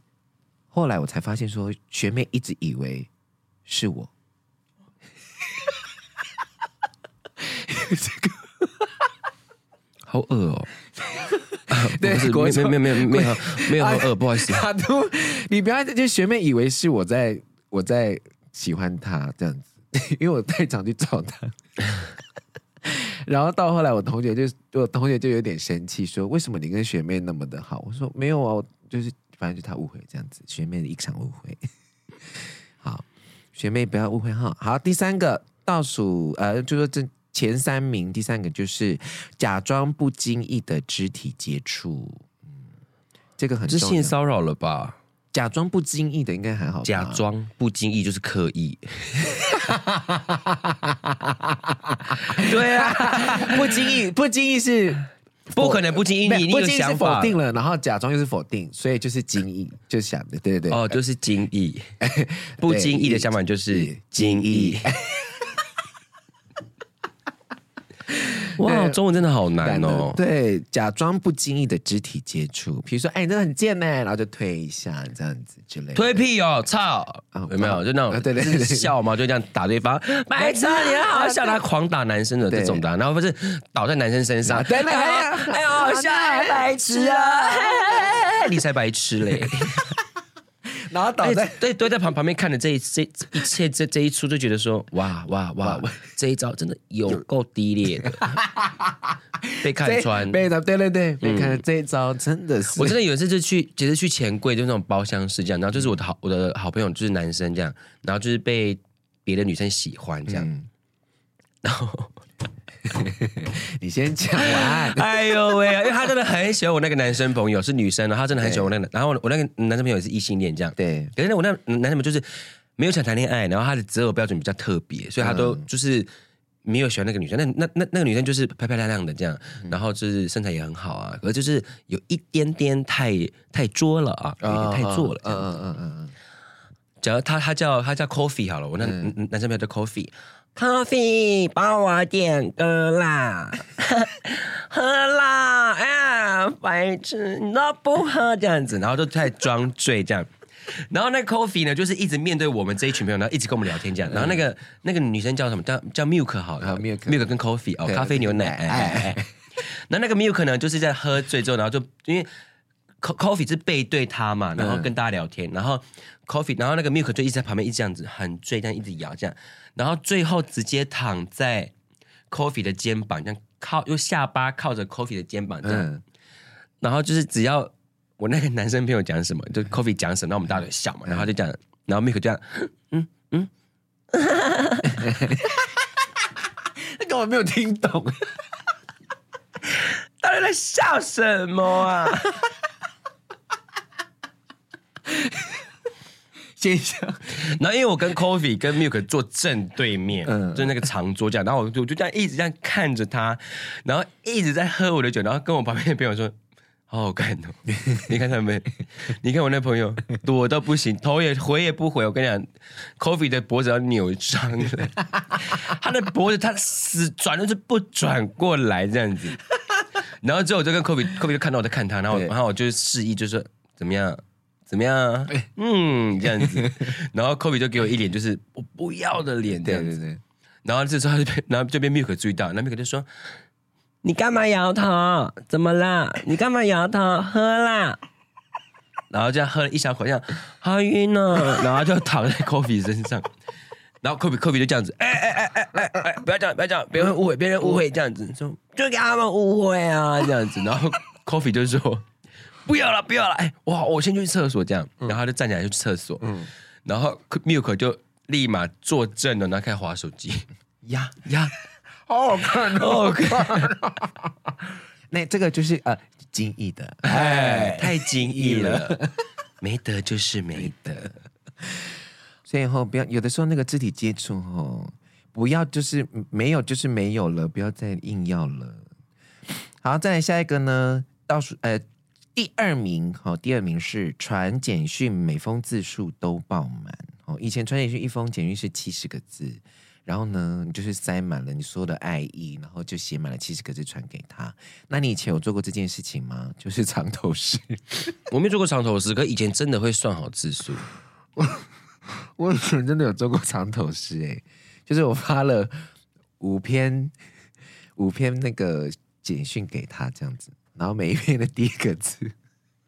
[SPEAKER 1] 后来我才发现说，学妹一直以为是我。 <laughs> <laughs>
[SPEAKER 2] 好饿哦。
[SPEAKER 1] 对
[SPEAKER 2] 不是没有没有没有没有没有很饿，不好意思。
[SPEAKER 1] 卡都，你不要就学妹以为是我在我在喜欢她这样子，因为我太常去找她。然后到后来，我同学就我同学就有点生气，说为什么你跟学妹那么的好？我说没有啊，我就是反正就她误会这样子，学妹的一场误会。好，学妹不要误会哈。好，第三个倒数呃，就说这前三名，第三个就是假装不经意的肢体接触。嗯，这个很
[SPEAKER 2] 这是
[SPEAKER 1] 重
[SPEAKER 2] 性
[SPEAKER 1] 要。
[SPEAKER 2] 骚扰了吧？
[SPEAKER 1] 假装不经意的应该还好吧，
[SPEAKER 2] 假装不经意就是
[SPEAKER 1] <laughs>
[SPEAKER 2] 刻意。对啊，
[SPEAKER 1] 不经意，不经意是
[SPEAKER 2] 不可能不经意，
[SPEAKER 1] 没有
[SPEAKER 2] 你你
[SPEAKER 1] 不
[SPEAKER 2] 有
[SPEAKER 1] 经意是
[SPEAKER 2] 想
[SPEAKER 1] 否
[SPEAKER 2] 法
[SPEAKER 1] 定了，然后假装又是否定，所以就是经意，就想的，对对对。
[SPEAKER 2] 哦，就是经
[SPEAKER 1] <laughs>
[SPEAKER 2] 意。不经意的相反就是经意。哇，中文真的好难哦。
[SPEAKER 1] 对，假装不经意的肢体接触，比如说，哎，你真的很贱呢，然后就推一下，这样子之类的。
[SPEAKER 2] 推屁哦，操！
[SPEAKER 1] 啊
[SPEAKER 2] 有没有就那
[SPEAKER 1] 啊
[SPEAKER 2] 种
[SPEAKER 1] 对对对对
[SPEAKER 2] 笑嘛，就这样打对方，白痴啊，你好笑，他狂打男生的
[SPEAKER 1] 对啊
[SPEAKER 2] 这种的啊，然后不是倒在男生身上，
[SPEAKER 1] 对啊对
[SPEAKER 2] 哎呀
[SPEAKER 1] 对
[SPEAKER 2] <laughs> 哎呦，
[SPEAKER 1] <laughs>
[SPEAKER 2] 好笑，白痴啊，嘿嘿嘿你才白痴嘞，
[SPEAKER 1] 然后哎倒
[SPEAKER 2] 哎
[SPEAKER 1] 在
[SPEAKER 2] <laughs> 对对，在旁旁边看着这一这这一切这这一出，就觉得说哇哇哇哇，这一招真的有够低劣
[SPEAKER 1] <laughs>
[SPEAKER 2] 的，被看
[SPEAKER 1] 这
[SPEAKER 2] 穿。嗯
[SPEAKER 1] 被的，对对对，被看这一招真的是
[SPEAKER 2] 我真的有一次就去，其实去钱柜，就那种包厢式这样，然后
[SPEAKER 1] 嗯
[SPEAKER 2] 就是我的好我的好朋友就是男生这样，然后就是被别的女生喜欢这样，。
[SPEAKER 1] 嗯你先讲完
[SPEAKER 2] 哎呦喂啊！因为他真的很喜欢我那个男生朋友，是女生，然后他真的很喜欢我那个，然后我那个男生朋友也是异性恋这样。
[SPEAKER 1] 对，
[SPEAKER 2] 可是呢，我那男生朋友就是没有想谈恋爱，然后他的择偶标准比较特别，所以他
[SPEAKER 1] 嗯
[SPEAKER 2] 都就是没有喜欢那个女生。那那那那个女生就是漂漂亮亮的这样，
[SPEAKER 1] 嗯
[SPEAKER 2] 然后就是身材也很好啊，可是就是有一点点太太作了啊，有一点太作了这
[SPEAKER 1] 嗯
[SPEAKER 2] 样。
[SPEAKER 1] 嗯嗯
[SPEAKER 2] 哦
[SPEAKER 1] 嗯嗯，
[SPEAKER 2] 假如他他叫他叫 Coffee 好了，我那、男生朋友叫 Coffee。Coffee，帮我点歌
[SPEAKER 1] <laughs>
[SPEAKER 2] 啦，喝啦！哎，白痴，你都不喝这样子，然后就在装醉这样。然后那个 Coffee 呢，就是一直面对我们这一群朋友，然后一直跟我们聊天这样。然后那个那个女生叫什么？叫叫 Milk 好
[SPEAKER 1] 啊
[SPEAKER 2] 了
[SPEAKER 1] ，Milk
[SPEAKER 2] Milk 跟 Coffee 哦，
[SPEAKER 1] 对
[SPEAKER 2] 咖啡牛奶。
[SPEAKER 1] 哎
[SPEAKER 2] 哎哎哎。那那个 Milk 呢，就是在喝醉之后，然后就因为 Co- Coffee 是背对他嘛，然后
[SPEAKER 1] 嗯
[SPEAKER 2] 跟大家聊天，然后 Coffee，然后那个 Milk 就一直在旁边一直这样子很醉，这样一直摇这样，然后最后直接躺在 Coffee 的肩膀，这样靠用下巴靠着 Coffee 的肩膀这样，
[SPEAKER 1] 嗯
[SPEAKER 2] 然后就是只要我那个男生朋友讲什么，就 Coffee 讲什么，那我们大家都笑嘛，然后他就讲，然后 Milk 就这样，
[SPEAKER 1] 那个我没有听懂，
[SPEAKER 2] 到底在笑什么啊？
[SPEAKER 1] 先讲。
[SPEAKER 2] 然后因为我跟 Coffee 跟 Milk 坐正对面，嗯，就是那个长桌这样，然后我就我就这样一直这样看着他，然后一直在喝我的酒，然后跟我旁边的朋友说。好好看哦！ <laughs> 你看他们，你看我那朋友躲到不行，头也回也不回。我跟你讲，Coffee 的脖子要扭伤了，他的脖子他死转就是不转过来这样子。然后之后我就跟 Kobe Kobe 就看到我在看他，然后
[SPEAKER 1] 对
[SPEAKER 2] 然后我就示意，就说怎么样怎么样啊，嗯这样子，然后 Kobe 就给我一脸就是我不要的脸这
[SPEAKER 1] 对
[SPEAKER 2] 样
[SPEAKER 1] 对
[SPEAKER 2] 子，
[SPEAKER 1] 对，然
[SPEAKER 2] 然后这时候他就被然后就被 Milk 注意到，那 Milk 就说你干嘛摇头？怎么啦？你干嘛摇头？喝啦！然后这样喝了一小口，这样好晕哦，然后就躺在 Kobe 身上。然后 Kobe Kobe 就这样子，哎哎哎哎哎哎，不要这样，不要这样，别人误会，别人误会这样子，说就给他们误会啊这样子。然后 Kobe 就说不要了，不要了，哎，哇，我先去厕所这样。然后他就站起来就去厕所，嗯，然后 Milk 就立马坐正了，然后开始划手机，呀呀，
[SPEAKER 1] 好好看
[SPEAKER 2] 哦， <laughs>
[SPEAKER 1] 那这个就是呃惊异的， <laughs>
[SPEAKER 2] 哎，太惊异了，没得就是没得，
[SPEAKER 1] 所以吼不要有的时候那个肢体接触吼，不要就是没有就是没有了，不要再硬要了。好，再来下一个呢，倒数呃第二名好、第二名是传简讯，每封字数都爆满哦。以前传简讯一封简讯是七十个字，然后呢你就是塞满了你所有的爱意，然后就写满了七十个字传给他。那你以前有做过这件事情吗？ <laughs> 就是藏头诗。
[SPEAKER 2] 我没做过长头诗，可以前真的会算好字数。
[SPEAKER 1] 我以前真的有做过藏头诗哎、就是我发了五篇五篇那个简讯给他这样子，然后每一篇的第一个字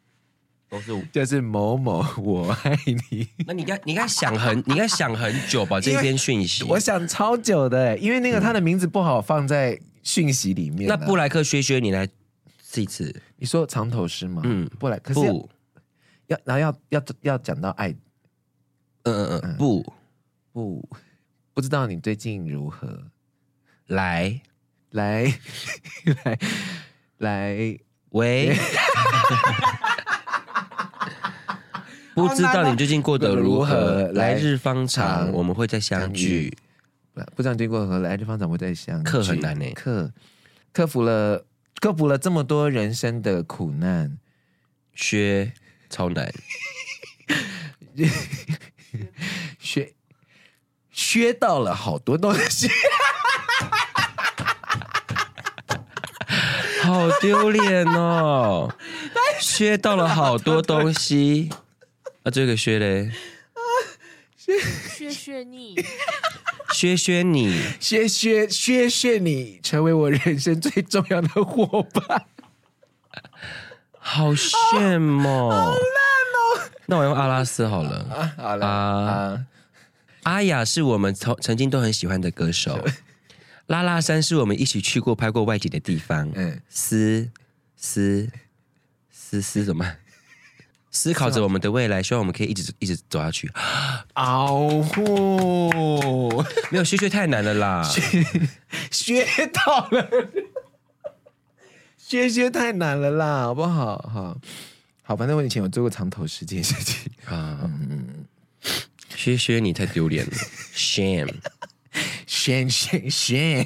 [SPEAKER 1] <laughs>
[SPEAKER 2] 都是我，
[SPEAKER 1] 就是某某我爱你，
[SPEAKER 2] 那你应该你应该想很，你应该想很久吧这一篇讯息。
[SPEAKER 1] <laughs> 我想超久的、欸，因为那个他的名字不好放在讯息里面、
[SPEAKER 2] 那
[SPEAKER 1] 啊。
[SPEAKER 2] 布莱克薛薛，你来试一次。
[SPEAKER 1] 你说藏头诗吗？嗯
[SPEAKER 2] 嗯，
[SPEAKER 1] 不来，可是
[SPEAKER 2] 不，
[SPEAKER 1] 要要然后要要要讲到爱
[SPEAKER 2] 嗯嗯嗯，不
[SPEAKER 1] 不，不知道你最近如何？
[SPEAKER 2] 来
[SPEAKER 1] 来 <laughs> 来来，
[SPEAKER 2] 喂。 <laughs> 不知道你最近过得如何？来日方长，我们会再哦相聚。
[SPEAKER 1] 不不知道经过何来这方怎么在想
[SPEAKER 2] 克很难欸
[SPEAKER 1] 克克服了克服了这么多人生的苦难，
[SPEAKER 2] 薛超难，
[SPEAKER 1] 学学到了好多东西。
[SPEAKER 2] <laughs> 好丢脸哦！削到了好多东西，啊，这个削嘞，
[SPEAKER 3] 薛薛逆，
[SPEAKER 2] 削削你，
[SPEAKER 1] 谢谢谢谢你成为我人生最重要的伙伴。
[SPEAKER 2] 好炫哦！好烂哦！那我用阿拉斯好了。
[SPEAKER 1] 啊，好了
[SPEAKER 2] 啊
[SPEAKER 1] 啊，
[SPEAKER 2] 阿雅是我们曾曾经都很喜欢的歌手，拉拉山是我们一起去过拍过外景的地方。
[SPEAKER 1] 嗯，
[SPEAKER 2] 思思思思怎么办？思考着我们的未来，希望我们可以一直一直走下去。
[SPEAKER 1] 嗷呼，
[SPEAKER 2] 没有学学太难了啦，
[SPEAKER 1] 学到了，学学太难了啦，好不好？好，好，反正我以前有做过藏头诗这件事情。
[SPEAKER 2] 啊，学学你太
[SPEAKER 1] <laughs>
[SPEAKER 2] 丢脸了，shame。
[SPEAKER 1] 炫炫炫！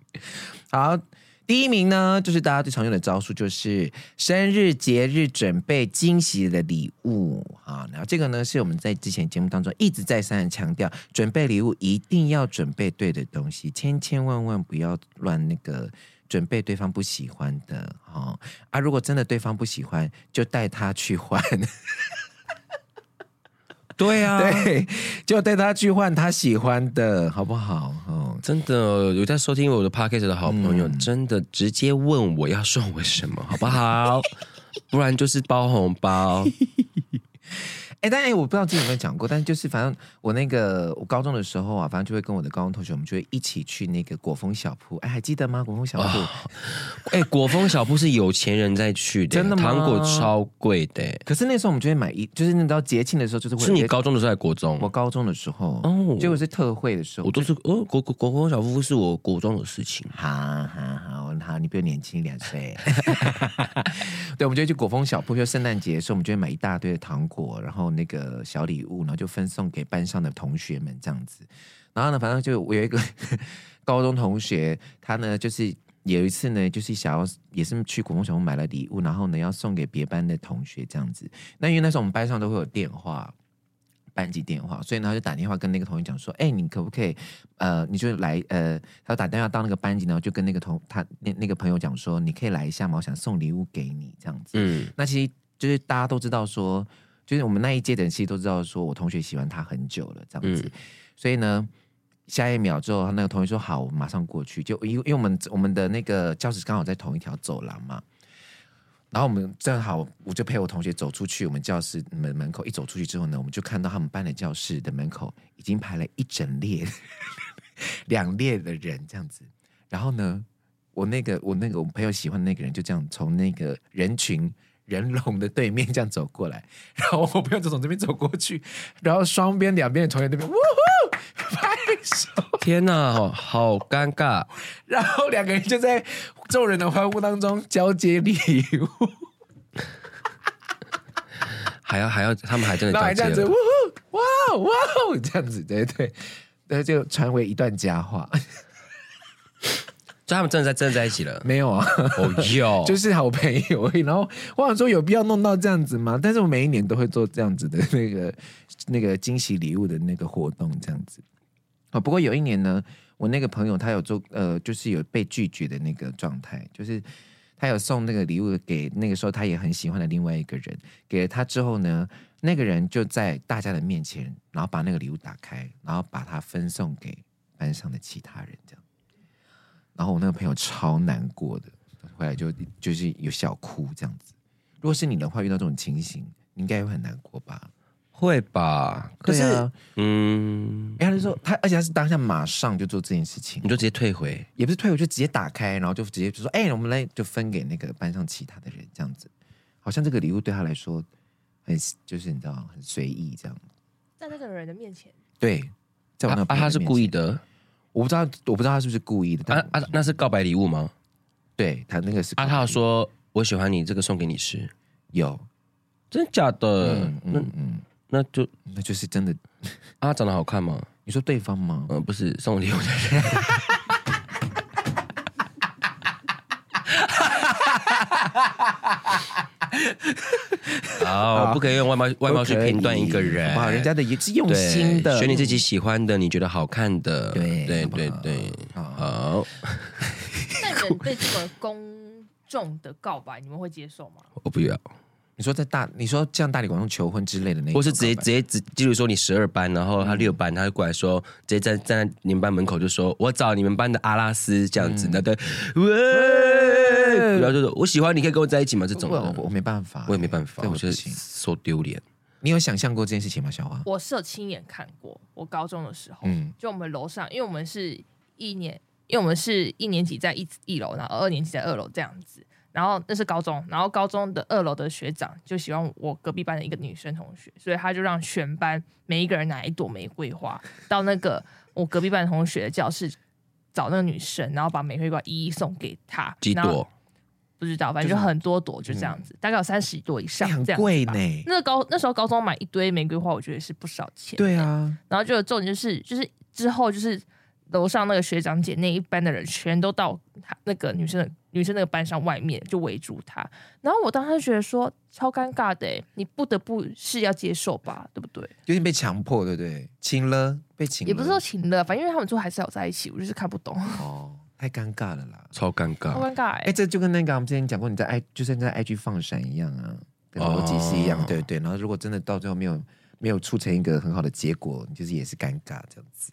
[SPEAKER 1] <laughs> 好，第一名呢，就是大家最常用的招数，就是生日、节日准备惊喜的礼物啊。然后这个呢，是我们在之前节目当中一直再三的强调，准备礼物一定要准备对的东西，千千万万不要乱那个。准备对方不喜欢的哦啊，如果真的对方不喜欢，就带他去换， <laughs>
[SPEAKER 2] 对啊，
[SPEAKER 1] 对，就带他去换他喜欢的，好不好？哦，
[SPEAKER 2] 真的有在收听我的 podcast 的好
[SPEAKER 1] 嗯
[SPEAKER 2] 朋友，真的直接问我要送我什么，好不好？ <laughs> 不然就是包红
[SPEAKER 1] <laughs>
[SPEAKER 2] 包。
[SPEAKER 1] 哎、但哎、我不知道之前有没有讲过，但就是反正我那个我高中的时候啊，反正就会跟我的高中同学，我们就会一起去那个果风小铺。哎、还记得吗？果风小铺、
[SPEAKER 2] 哎、果丰小铺是有钱人在去的，
[SPEAKER 1] 真的吗
[SPEAKER 2] 糖果超贵的，
[SPEAKER 1] 可是那时候我们就会买一，就是你知道节庆的时候，就是会
[SPEAKER 2] 是你高中的时候还是国中？
[SPEAKER 1] 我高中的时候，
[SPEAKER 2] 哦
[SPEAKER 1] 结果是特惠的时候
[SPEAKER 2] 我，都是哦，国国国丰小夫妇是我国中的事情。
[SPEAKER 1] 哈哈哈，好，你比我年轻两岁。 <laughs> 对，我们就会去果风小铺，就圣诞节的时候，我们就会买一大堆的糖果，然后那个小礼物，然后就分送给班上的同学们这样子。然后呢，反正就我有一个 <laughs> 高中同学，他呢就是。有一次呢，就是想要也是去果风小铺买了礼物，然后呢要送给别班的同学这样子。那因为那时候我们班上都会有电话，班级电话，所以呢他就打电话跟那个同学讲说：“哎、你可不可以呃，你就来呃，他打电话到那个班级，然后就跟那个同他那那个朋友讲说，你可以来一下嘛，我想送礼物给你这样子。
[SPEAKER 2] 嗯，
[SPEAKER 1] 那其实就是大家都知道说，就是我们那一届的人其实都知道说我同学喜欢他很久了这样子，
[SPEAKER 2] 嗯
[SPEAKER 1] 所以呢。下一秒之后，他那个同学说：“好，我马上过去。”就因为因为我们我们的那个教室刚好在同一条走廊嘛，然后我们正好，我就陪我同学走出去，我们教室门门口一走出去之后呢，我们就看到他们班的教室的门口已经排了一整列、 <laughs> 两列的人这样子。然后呢，我那个我那个我朋友喜欢的那个人就这样从那个人群人龙的对面这样走过来，然后我朋友就从这边走过去，然后双边两边的同学那边呜呼拍手，
[SPEAKER 2] 天哪，好好尴尬。
[SPEAKER 1] 然后两个人就在众人的欢呼当中交接礼物。
[SPEAKER 2] 还要还要，他们还真的
[SPEAKER 1] 然后还
[SPEAKER 2] 交
[SPEAKER 1] 这样
[SPEAKER 2] 接
[SPEAKER 1] 子，
[SPEAKER 2] 了
[SPEAKER 1] 哇。哇哦哇，这样子，对对，那就传为一段佳话。 <laughs>
[SPEAKER 2] 就他们真的在真的在一起了。
[SPEAKER 1] 没有啊，
[SPEAKER 2] 哦哟，
[SPEAKER 1] <laughs> 就是是好朋友而已。 <laughs> 然后我想说，有必要弄到这样子吗？但是我每一年都会做这样子的那个那个惊喜礼物的那个活动，这样子。哦，不过有一年呢，我那个朋友他有做，呃，就是有被拒绝的那个状态，就是他有送那个礼物给那个时候他也很喜欢的另外一个人，给了他之后呢，那个人就在大家的面前，然后把那个礼物打开，然后把它分送给班上的其他人，这样。然后我那个朋友超难过的，回来就就是有小哭这样子。如果是你的话，遇到这种情形，你应该会很难过吧？
[SPEAKER 2] 会吧？可
[SPEAKER 1] 对
[SPEAKER 2] 是，
[SPEAKER 1] 啊，
[SPEAKER 2] 嗯，
[SPEAKER 1] 哎，他就说他，而且他是当下马上就做这件事情
[SPEAKER 2] 你，就直接退回。
[SPEAKER 1] 也不是退回，就直接打开，然后就直接就说：“哎、我们来就分给那个班上其他的人，这样子。”好像这个礼物对他来说很就是你知道很随意这样。
[SPEAKER 3] <laughs> 在那个人的面前，
[SPEAKER 1] 对，在我那
[SPEAKER 2] 啊
[SPEAKER 1] 个
[SPEAKER 2] 啊，
[SPEAKER 1] 朋友
[SPEAKER 2] 他是
[SPEAKER 1] 面
[SPEAKER 2] 故意
[SPEAKER 1] 前，
[SPEAKER 2] 的。
[SPEAKER 1] 我不知道我不知道他是不是故意的，但、
[SPEAKER 2] 啊啊，那是告白礼物吗？
[SPEAKER 1] 对他那个是
[SPEAKER 2] 啊，他有说我喜欢你，这个送给你吃，
[SPEAKER 1] 有，
[SPEAKER 2] 真的假的？
[SPEAKER 1] 嗯
[SPEAKER 2] 那
[SPEAKER 1] 嗯嗯，
[SPEAKER 2] 那就
[SPEAKER 1] 那就是真的。
[SPEAKER 2] 啊，长得好看吗？
[SPEAKER 1] 你说对方吗？
[SPEAKER 2] 嗯，不是送我礼物
[SPEAKER 1] <laughs>
[SPEAKER 2] 的人。好，不可以用外貌外貌去
[SPEAKER 1] 不可以
[SPEAKER 2] 评断一个人，
[SPEAKER 1] 好不好？人家的也是用
[SPEAKER 2] 对
[SPEAKER 1] 心的，
[SPEAKER 2] 选你自己喜欢的，你觉得好看的，
[SPEAKER 1] 对
[SPEAKER 2] 对
[SPEAKER 1] 好不好
[SPEAKER 2] 对对，好，
[SPEAKER 3] 那你们对这个公众的告白，你们会接受吗？
[SPEAKER 2] 我不要，
[SPEAKER 1] 你说在大，你说像大理广众求婚之类的那种告白，
[SPEAKER 2] 或是直接直接直，例如说你十二班，然后他六班，他就过来说，直接站站在你们班门口就说，我找你们班的阿拉斯这样
[SPEAKER 1] 嗯
[SPEAKER 2] 子，那对，喂，然后就说我喜欢你，可以跟我在一起吗？这种
[SPEAKER 1] 我我
[SPEAKER 2] 的，
[SPEAKER 1] 我没办法，
[SPEAKER 2] 我也没办法，
[SPEAKER 1] 这
[SPEAKER 2] 我
[SPEAKER 1] 我
[SPEAKER 2] 觉
[SPEAKER 1] 不
[SPEAKER 2] 得
[SPEAKER 1] 行。
[SPEAKER 2] 受丢脸。
[SPEAKER 1] 你有想象过这件事情吗？小花，
[SPEAKER 3] 我是有亲眼看过，我高中的时候，
[SPEAKER 1] 嗯
[SPEAKER 3] 就我们楼上，因为我们是一年，因为我们是一年级在一一楼，然后二年级在二楼这样子。然后那是高中，然后高中的二楼的学长就喜欢我隔壁班的一个女生同学，所以他就让全班每一个人拿一朵玫瑰花到那个我隔壁班的同学的教室找那个女生，然后把玫瑰花一一送给她。
[SPEAKER 2] 几
[SPEAKER 3] 然后
[SPEAKER 2] 朵？
[SPEAKER 3] 不知道，反正就很多朵，就这样子，大概有三十朵以上
[SPEAKER 1] 哎，很
[SPEAKER 3] 这样子吧
[SPEAKER 1] 贵呢。
[SPEAKER 3] 那个高那时候高中买一堆玫瑰花，我觉得是不少钱。
[SPEAKER 1] 对啊，
[SPEAKER 3] 然后就有重点就是，就是之后就是楼上那个学长姐那一班的人，全都到他那个女生的女生那个班上外面就围住他。然后我当时就觉得说超尴尬的、欸，你不得不是要接受吧，对不对？
[SPEAKER 1] 有点被强迫，对不对？请了，被请了，
[SPEAKER 3] 也不是说情了，反正因为他们最后还是有在一起，我就是看不懂，
[SPEAKER 1] 哦，太尴尬了啦。
[SPEAKER 2] 超尴
[SPEAKER 3] 好
[SPEAKER 2] 尬。
[SPEAKER 3] 尴尬哎、
[SPEAKER 1] 哎，这就跟那个我们之前讲过，你在 i 就是你在 IG 放闪一样啊，跟逻辑是一样，
[SPEAKER 2] 哦
[SPEAKER 1] 对对。然后如果真的到最后没有没有促成一个很好的结果，你就是也是尴尬这样子。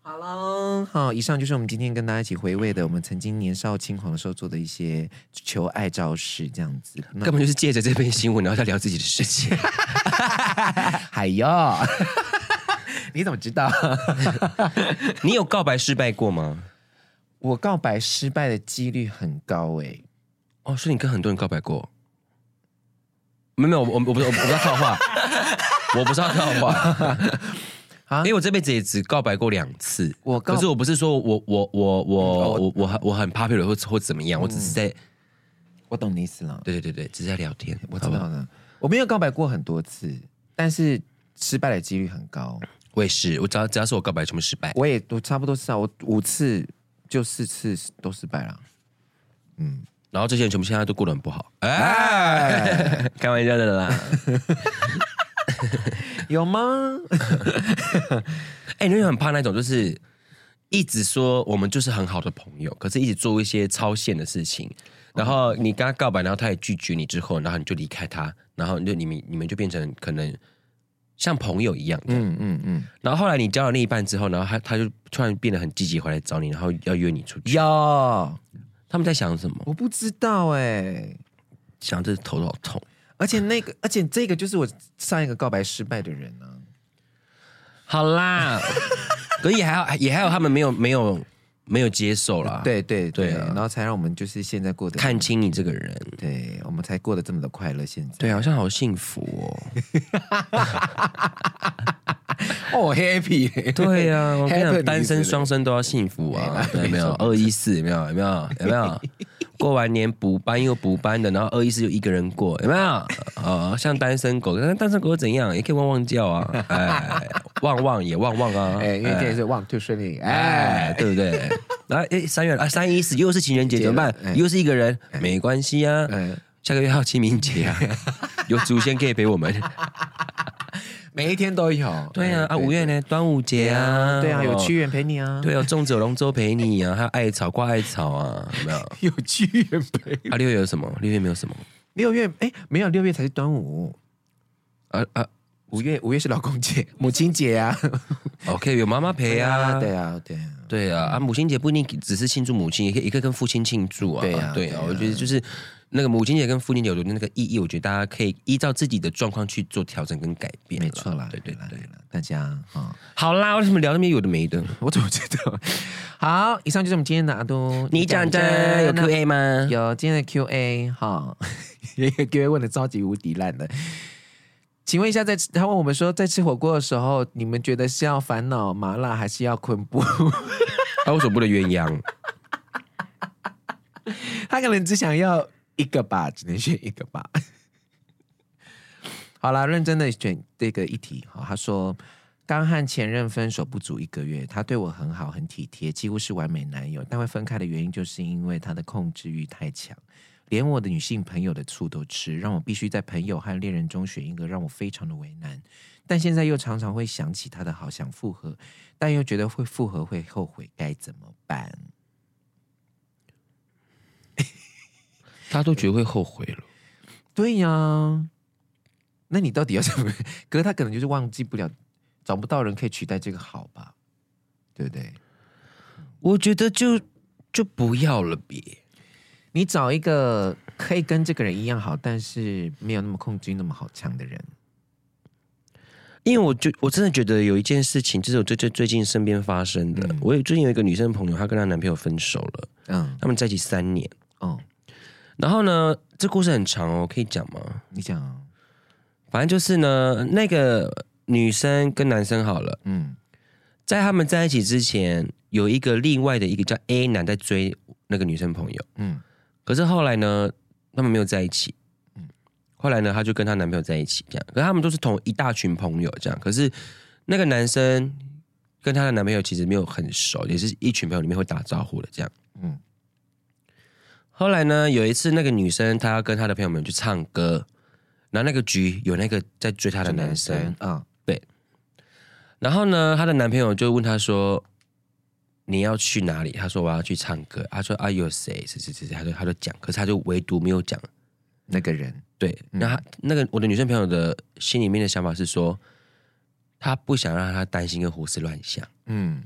[SPEAKER 1] 好喽，好，以上就是我们今天跟大家一起回味的我们曾经年少轻狂的时候做的一些求爱招式，这样子。那
[SPEAKER 2] 根本就是借着这篇新闻，然后再聊自己的
[SPEAKER 1] <laughs>
[SPEAKER 2] 事情。
[SPEAKER 1] 海哟， <laughs> 你怎么知道？ <laughs>
[SPEAKER 2] 你有告白失败过吗？
[SPEAKER 1] 我告白失败的几率很高欸诶、
[SPEAKER 2] 哦，所以你跟很多人告白过？没有没有，我我我不是我不我不要套
[SPEAKER 1] <laughs>
[SPEAKER 2] 话，我不是要套话。
[SPEAKER 1] 啊
[SPEAKER 2] 因为我这辈子也只告白过两次，
[SPEAKER 1] 我告
[SPEAKER 2] 可是我不是说我我我我
[SPEAKER 1] 哦嗯
[SPEAKER 2] 我我很我很 popular 或或怎么样，我只是在
[SPEAKER 1] 我懂你意思了，
[SPEAKER 2] 对对对对，只是在聊天，
[SPEAKER 1] 我知
[SPEAKER 2] 好不好
[SPEAKER 1] 道了。我没有告白过很多次，但是失败的几率很高。
[SPEAKER 2] 我也是，我只要只要是我告白全部失败，
[SPEAKER 1] 我也都差不多是啊，我五次就四次都失败了。
[SPEAKER 2] 然后这些人全部现在都过得很不好。
[SPEAKER 1] 哎，
[SPEAKER 2] 哎， <laughs> 开玩笑的啦。
[SPEAKER 1] 有吗？
[SPEAKER 2] 哎、你会很怕那种就是一直说我们就是很好的朋友，可是一直做一些超限的事情，然后你跟他告白，然后他也拒绝你之后，然后你就离开他，然后你就你们你们就变成可能像朋友一样。
[SPEAKER 1] 嗯嗯嗯，
[SPEAKER 2] 然后后来你交了另一半之后，然后他他就突然变得很积极回来找你，然后要约你出去。
[SPEAKER 1] 有，
[SPEAKER 2] 他们在想什么？
[SPEAKER 1] 我不知道哎、
[SPEAKER 2] 想这头都好痛。
[SPEAKER 1] 而且那个，而且这个就是我上一个告白失败的人啊。
[SPEAKER 2] 好啦，可也还好，也还好，他们没有没有没有接受啦。，
[SPEAKER 1] 对对对，
[SPEAKER 2] 对啊
[SPEAKER 1] 然后才让我们就是现在过得
[SPEAKER 2] 看清你这个人。
[SPEAKER 1] 对，我们才过得这么的快乐。现在
[SPEAKER 2] 对，啊好像好幸福哦。
[SPEAKER 1] 哦，happy，
[SPEAKER 2] <laughs> 对呀、啊，我跟你
[SPEAKER 1] Happy
[SPEAKER 2] 讲，单身双生都要幸福啊，对有没有？二一四有没有？有没有？有没 <laughs> 有？过完年补班又补班的，然后二一四就一个人过，有没有？啊、像单身狗，但单身狗又怎样？也可以旺旺叫 <laughs> 啊，哎，旺旺也旺旺啊，
[SPEAKER 1] 哎，因为这也是 one two 顺利，
[SPEAKER 2] 哎
[SPEAKER 1] 哎，，
[SPEAKER 2] 对不对？然后哎，三月啊，三一四又是情人节，怎么
[SPEAKER 1] 哎
[SPEAKER 2] 办？又是一个人，没关系啊，
[SPEAKER 1] 嗯，
[SPEAKER 2] 下个月还有清明节 <laughs> 啊，有祖先可以陪我们。
[SPEAKER 1] 每一天都有。
[SPEAKER 2] 哎对啊，
[SPEAKER 1] 哎
[SPEAKER 2] 啊，五月呢，端午节啊，
[SPEAKER 1] 对啊，有
[SPEAKER 2] 哦
[SPEAKER 1] 屈原陪你啊，
[SPEAKER 2] <laughs> 对哦，粽子有龙舟陪你啊，还有艾草挂艾草啊，有
[SPEAKER 1] <laughs>
[SPEAKER 2] 没有？
[SPEAKER 1] 有屈原陪。
[SPEAKER 2] 啊，六月有什么？六月没有什么。
[SPEAKER 1] 六月哎，没有六月才是端午，
[SPEAKER 2] 啊啊
[SPEAKER 1] 五月五月是劳工
[SPEAKER 2] <laughs>
[SPEAKER 1] 节、母亲节啊。
[SPEAKER 2] ，OK，有哦妈妈陪啊，
[SPEAKER 1] 对啊，对啊，
[SPEAKER 2] 对啊，啊，母亲节不一定只是庆祝母亲，也可以也可以跟父亲庆祝啊。
[SPEAKER 1] 对啊
[SPEAKER 2] 对
[SPEAKER 1] 对
[SPEAKER 2] 啊
[SPEAKER 1] 啊，
[SPEAKER 2] 我觉得就是那个母亲节跟父亲节，我觉得那个意义，我觉得大家可以依照自己的状况去做调整跟改变。
[SPEAKER 1] 没错啦，
[SPEAKER 2] 对对对。
[SPEAKER 1] 啦，大家啊，
[SPEAKER 2] 好啦，为什么聊那么有的没的？
[SPEAKER 1] 我怎么知道？好，以上就是我们今天的阿都，
[SPEAKER 2] 你讲真有
[SPEAKER 1] 那
[SPEAKER 2] QA 吗？
[SPEAKER 1] 有今天的 Q&A 哈， <laughs> 有一个 Q&A 问的超级无敌烂的。请问一下在，吃他问我们说，在吃火锅的时候，你们觉得是要烦恼麻辣，还是要昆布？
[SPEAKER 2] 啊，为什么不能鸳鸯？
[SPEAKER 1] <laughs> 他可能只想要一个吧，只能选一个吧。 <laughs> 好啦，认真的选这个议题。好，他说刚和前任分手不足一个月，他对我很好，很体贴，几乎是完美男友。但会分开的原因，就是因为他的控制欲太强，连我的女性朋友的醋都吃，让我必须在朋友和恋人中选一个，让我非常的为难。但现在又常常会想起他的好，想复合，但又觉得会复合会后悔，该怎么办？
[SPEAKER 2] 大家都觉得会后悔了。
[SPEAKER 1] 对呀、那你到底要怎么？可是他可能就是忘记不了，找不到人可以取代这个好吧，对不对？
[SPEAKER 2] 我觉得就就不要了，别。
[SPEAKER 1] 你找一个可以跟这个人一样好，但是没有那么控制欲那么好强的人，
[SPEAKER 2] 因为我就我真的觉得有一件事情，就是我最最最近身边发生的。我有最近有一个女生朋友，她跟她男朋友分手了，
[SPEAKER 1] 嗯
[SPEAKER 2] 他们在一起三年。
[SPEAKER 1] 哦，
[SPEAKER 2] 然后呢，这故事很长哦，可以讲吗？
[SPEAKER 1] 你讲啊，
[SPEAKER 2] 反正就是呢，那个女生跟男生好了，
[SPEAKER 1] 嗯
[SPEAKER 2] 在他们在一起之前，有一个另外的一个叫 A 男在追那个女生朋友，
[SPEAKER 1] 嗯
[SPEAKER 2] 可是后来呢，他们没有在一起。后来呢，她就跟她男朋友在一起，这样。可是他们都是同一大群朋友这样。可是那个男生跟她的男朋友其实没有很熟，也是一群朋友里面会打招呼的这样。
[SPEAKER 1] 嗯
[SPEAKER 2] 后来呢，有一次那个女生她要跟她的朋友们去唱歌，然后那个局有那个在追她的男生，
[SPEAKER 1] 啊，
[SPEAKER 2] 然后呢，她的男朋友就问她说：“你要去哪里？”她说：“我要去唱歌。”她说：“啊，有谁？谁谁谁谁？”她就她就讲，可是她就唯独没有讲。
[SPEAKER 1] 那个人，
[SPEAKER 2] 对，
[SPEAKER 1] 嗯
[SPEAKER 2] 那她那个我的女生朋友的心里面的想法是说，她不想让她担心跟胡思乱想。
[SPEAKER 1] 嗯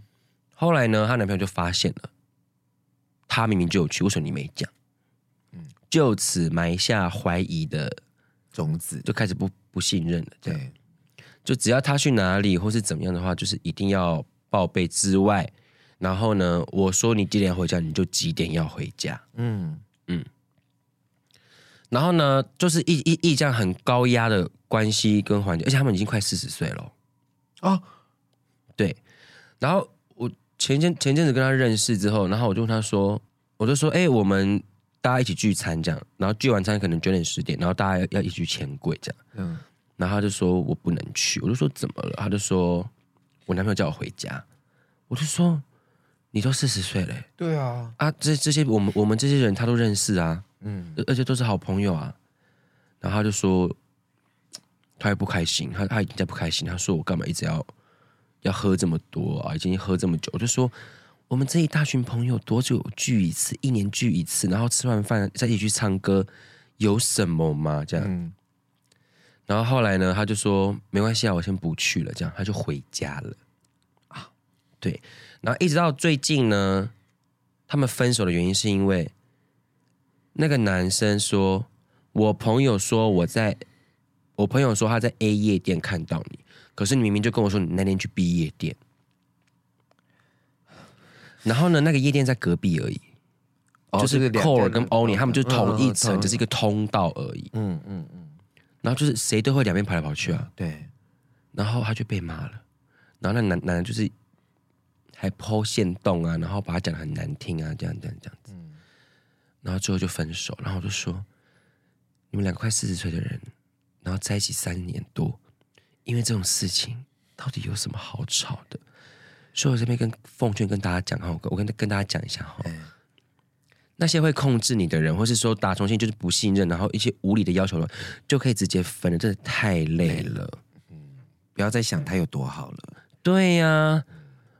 [SPEAKER 2] 后来呢，她男朋友就发现了，她明明就有去，为什么你没讲？
[SPEAKER 1] 嗯
[SPEAKER 2] 就此埋下怀疑的，
[SPEAKER 1] 种子，
[SPEAKER 2] 就开始不不信任了。这样，
[SPEAKER 1] 对，
[SPEAKER 2] 就只要她去哪里或是怎么样的话，就是一定要报备之外，然后呢，我说你几点要回家，你就几点要回家。
[SPEAKER 1] 嗯
[SPEAKER 2] 然后呢，就是一一一这样很高压的关系跟环境，而且他们已经快四十岁了哦。
[SPEAKER 1] 哦，
[SPEAKER 2] 对，然后我前阵前阵子跟他认识之后，然后我就问他说，我就说，哎、我们大家一起聚餐这样，然后聚完餐可能九点十点，然后大家要一起去钱柜这样，
[SPEAKER 1] 嗯
[SPEAKER 2] 然后他就说我不能去，我就说怎么了？他就说我男朋友叫我回家，我就说你都四十岁了欸、
[SPEAKER 1] 对啊，
[SPEAKER 2] 啊，这这些我们我们这些人他都认识啊，
[SPEAKER 1] 嗯
[SPEAKER 2] 而而且都是好朋友啊，然后他就说他也不开心，他他已经在不开心，他说我干嘛一直要要喝这么多啊，已经喝这么久，我就说我们这一大群朋友多久聚一次，一年聚一次，然后吃完饭再一起去唱歌，有什么嘛这样？
[SPEAKER 1] 嗯
[SPEAKER 2] 然后后来呢，他就说没关系啊，我先不去了，这样他就回家了啊。对，然后一直到最近呢，他们分手的原因是因为那个男生说，我朋友说我在，我朋友说他在 A 夜店看到你，可是你明明就跟我说你那天去 B 夜店，然后呢，那个夜店在隔壁而已。
[SPEAKER 1] 哦
[SPEAKER 2] 就
[SPEAKER 1] 这个
[SPEAKER 2] 是
[SPEAKER 1] 两
[SPEAKER 2] Core
[SPEAKER 1] 个
[SPEAKER 2] 跟
[SPEAKER 1] 人
[SPEAKER 2] Oni 他们就
[SPEAKER 1] 嗯
[SPEAKER 2] 是
[SPEAKER 1] 嗯
[SPEAKER 2] 同一
[SPEAKER 1] 嗯
[SPEAKER 2] 层，
[SPEAKER 1] 同
[SPEAKER 2] 只是一个通道而已。
[SPEAKER 1] 嗯嗯嗯，
[SPEAKER 2] 然后就是谁都会两边跑来跑去啊。
[SPEAKER 1] 对，
[SPEAKER 2] 然后他就被骂了，然后那男男的就是还剖线洞啊，然后把他讲的很难听啊，这样这样这样子，然后最后就分手，然后我就说，你们两个快四十岁的人，然后在一起三年多，因为这种事情到底有什么好吵的？所以我这边跟奉劝跟大家讲哈，我跟跟大家讲一下哈，那些会控制你的人，或是说打重新就是不信任，然后一些无理的要求了，就可以直接分了，真的太累了。
[SPEAKER 1] 不要再想他有多好了，
[SPEAKER 2] 对呀、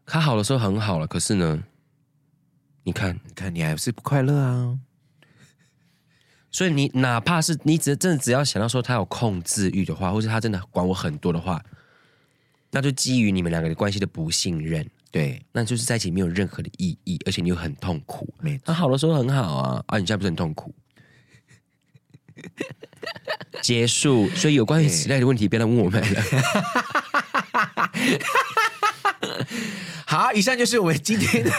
[SPEAKER 2] 他好的时候很好了，可是呢，你看，
[SPEAKER 1] 你看你还是不快乐啊，
[SPEAKER 2] 所以你哪怕是你只真的只要想到说他有控制欲的话，或是他真的管我很多的话，那就基于你们两个的关系的不信任，
[SPEAKER 1] 对，
[SPEAKER 2] 那就是在一起没有任何的意义，而且你又很痛苦。
[SPEAKER 1] 没
[SPEAKER 2] 他
[SPEAKER 1] 错，
[SPEAKER 2] 好的时候很好啊，啊，你现在不是很痛苦？ <laughs> 结束。所以有关于此类的问题，不要再问我们了。
[SPEAKER 1] 好，以上就是我们今 <laughs> 天的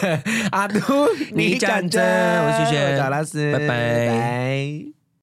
[SPEAKER 1] 阿都，
[SPEAKER 2] 你讲真我是
[SPEAKER 1] 我
[SPEAKER 2] 轩
[SPEAKER 1] 是阿拉斯，
[SPEAKER 2] 拜拜
[SPEAKER 1] 拜。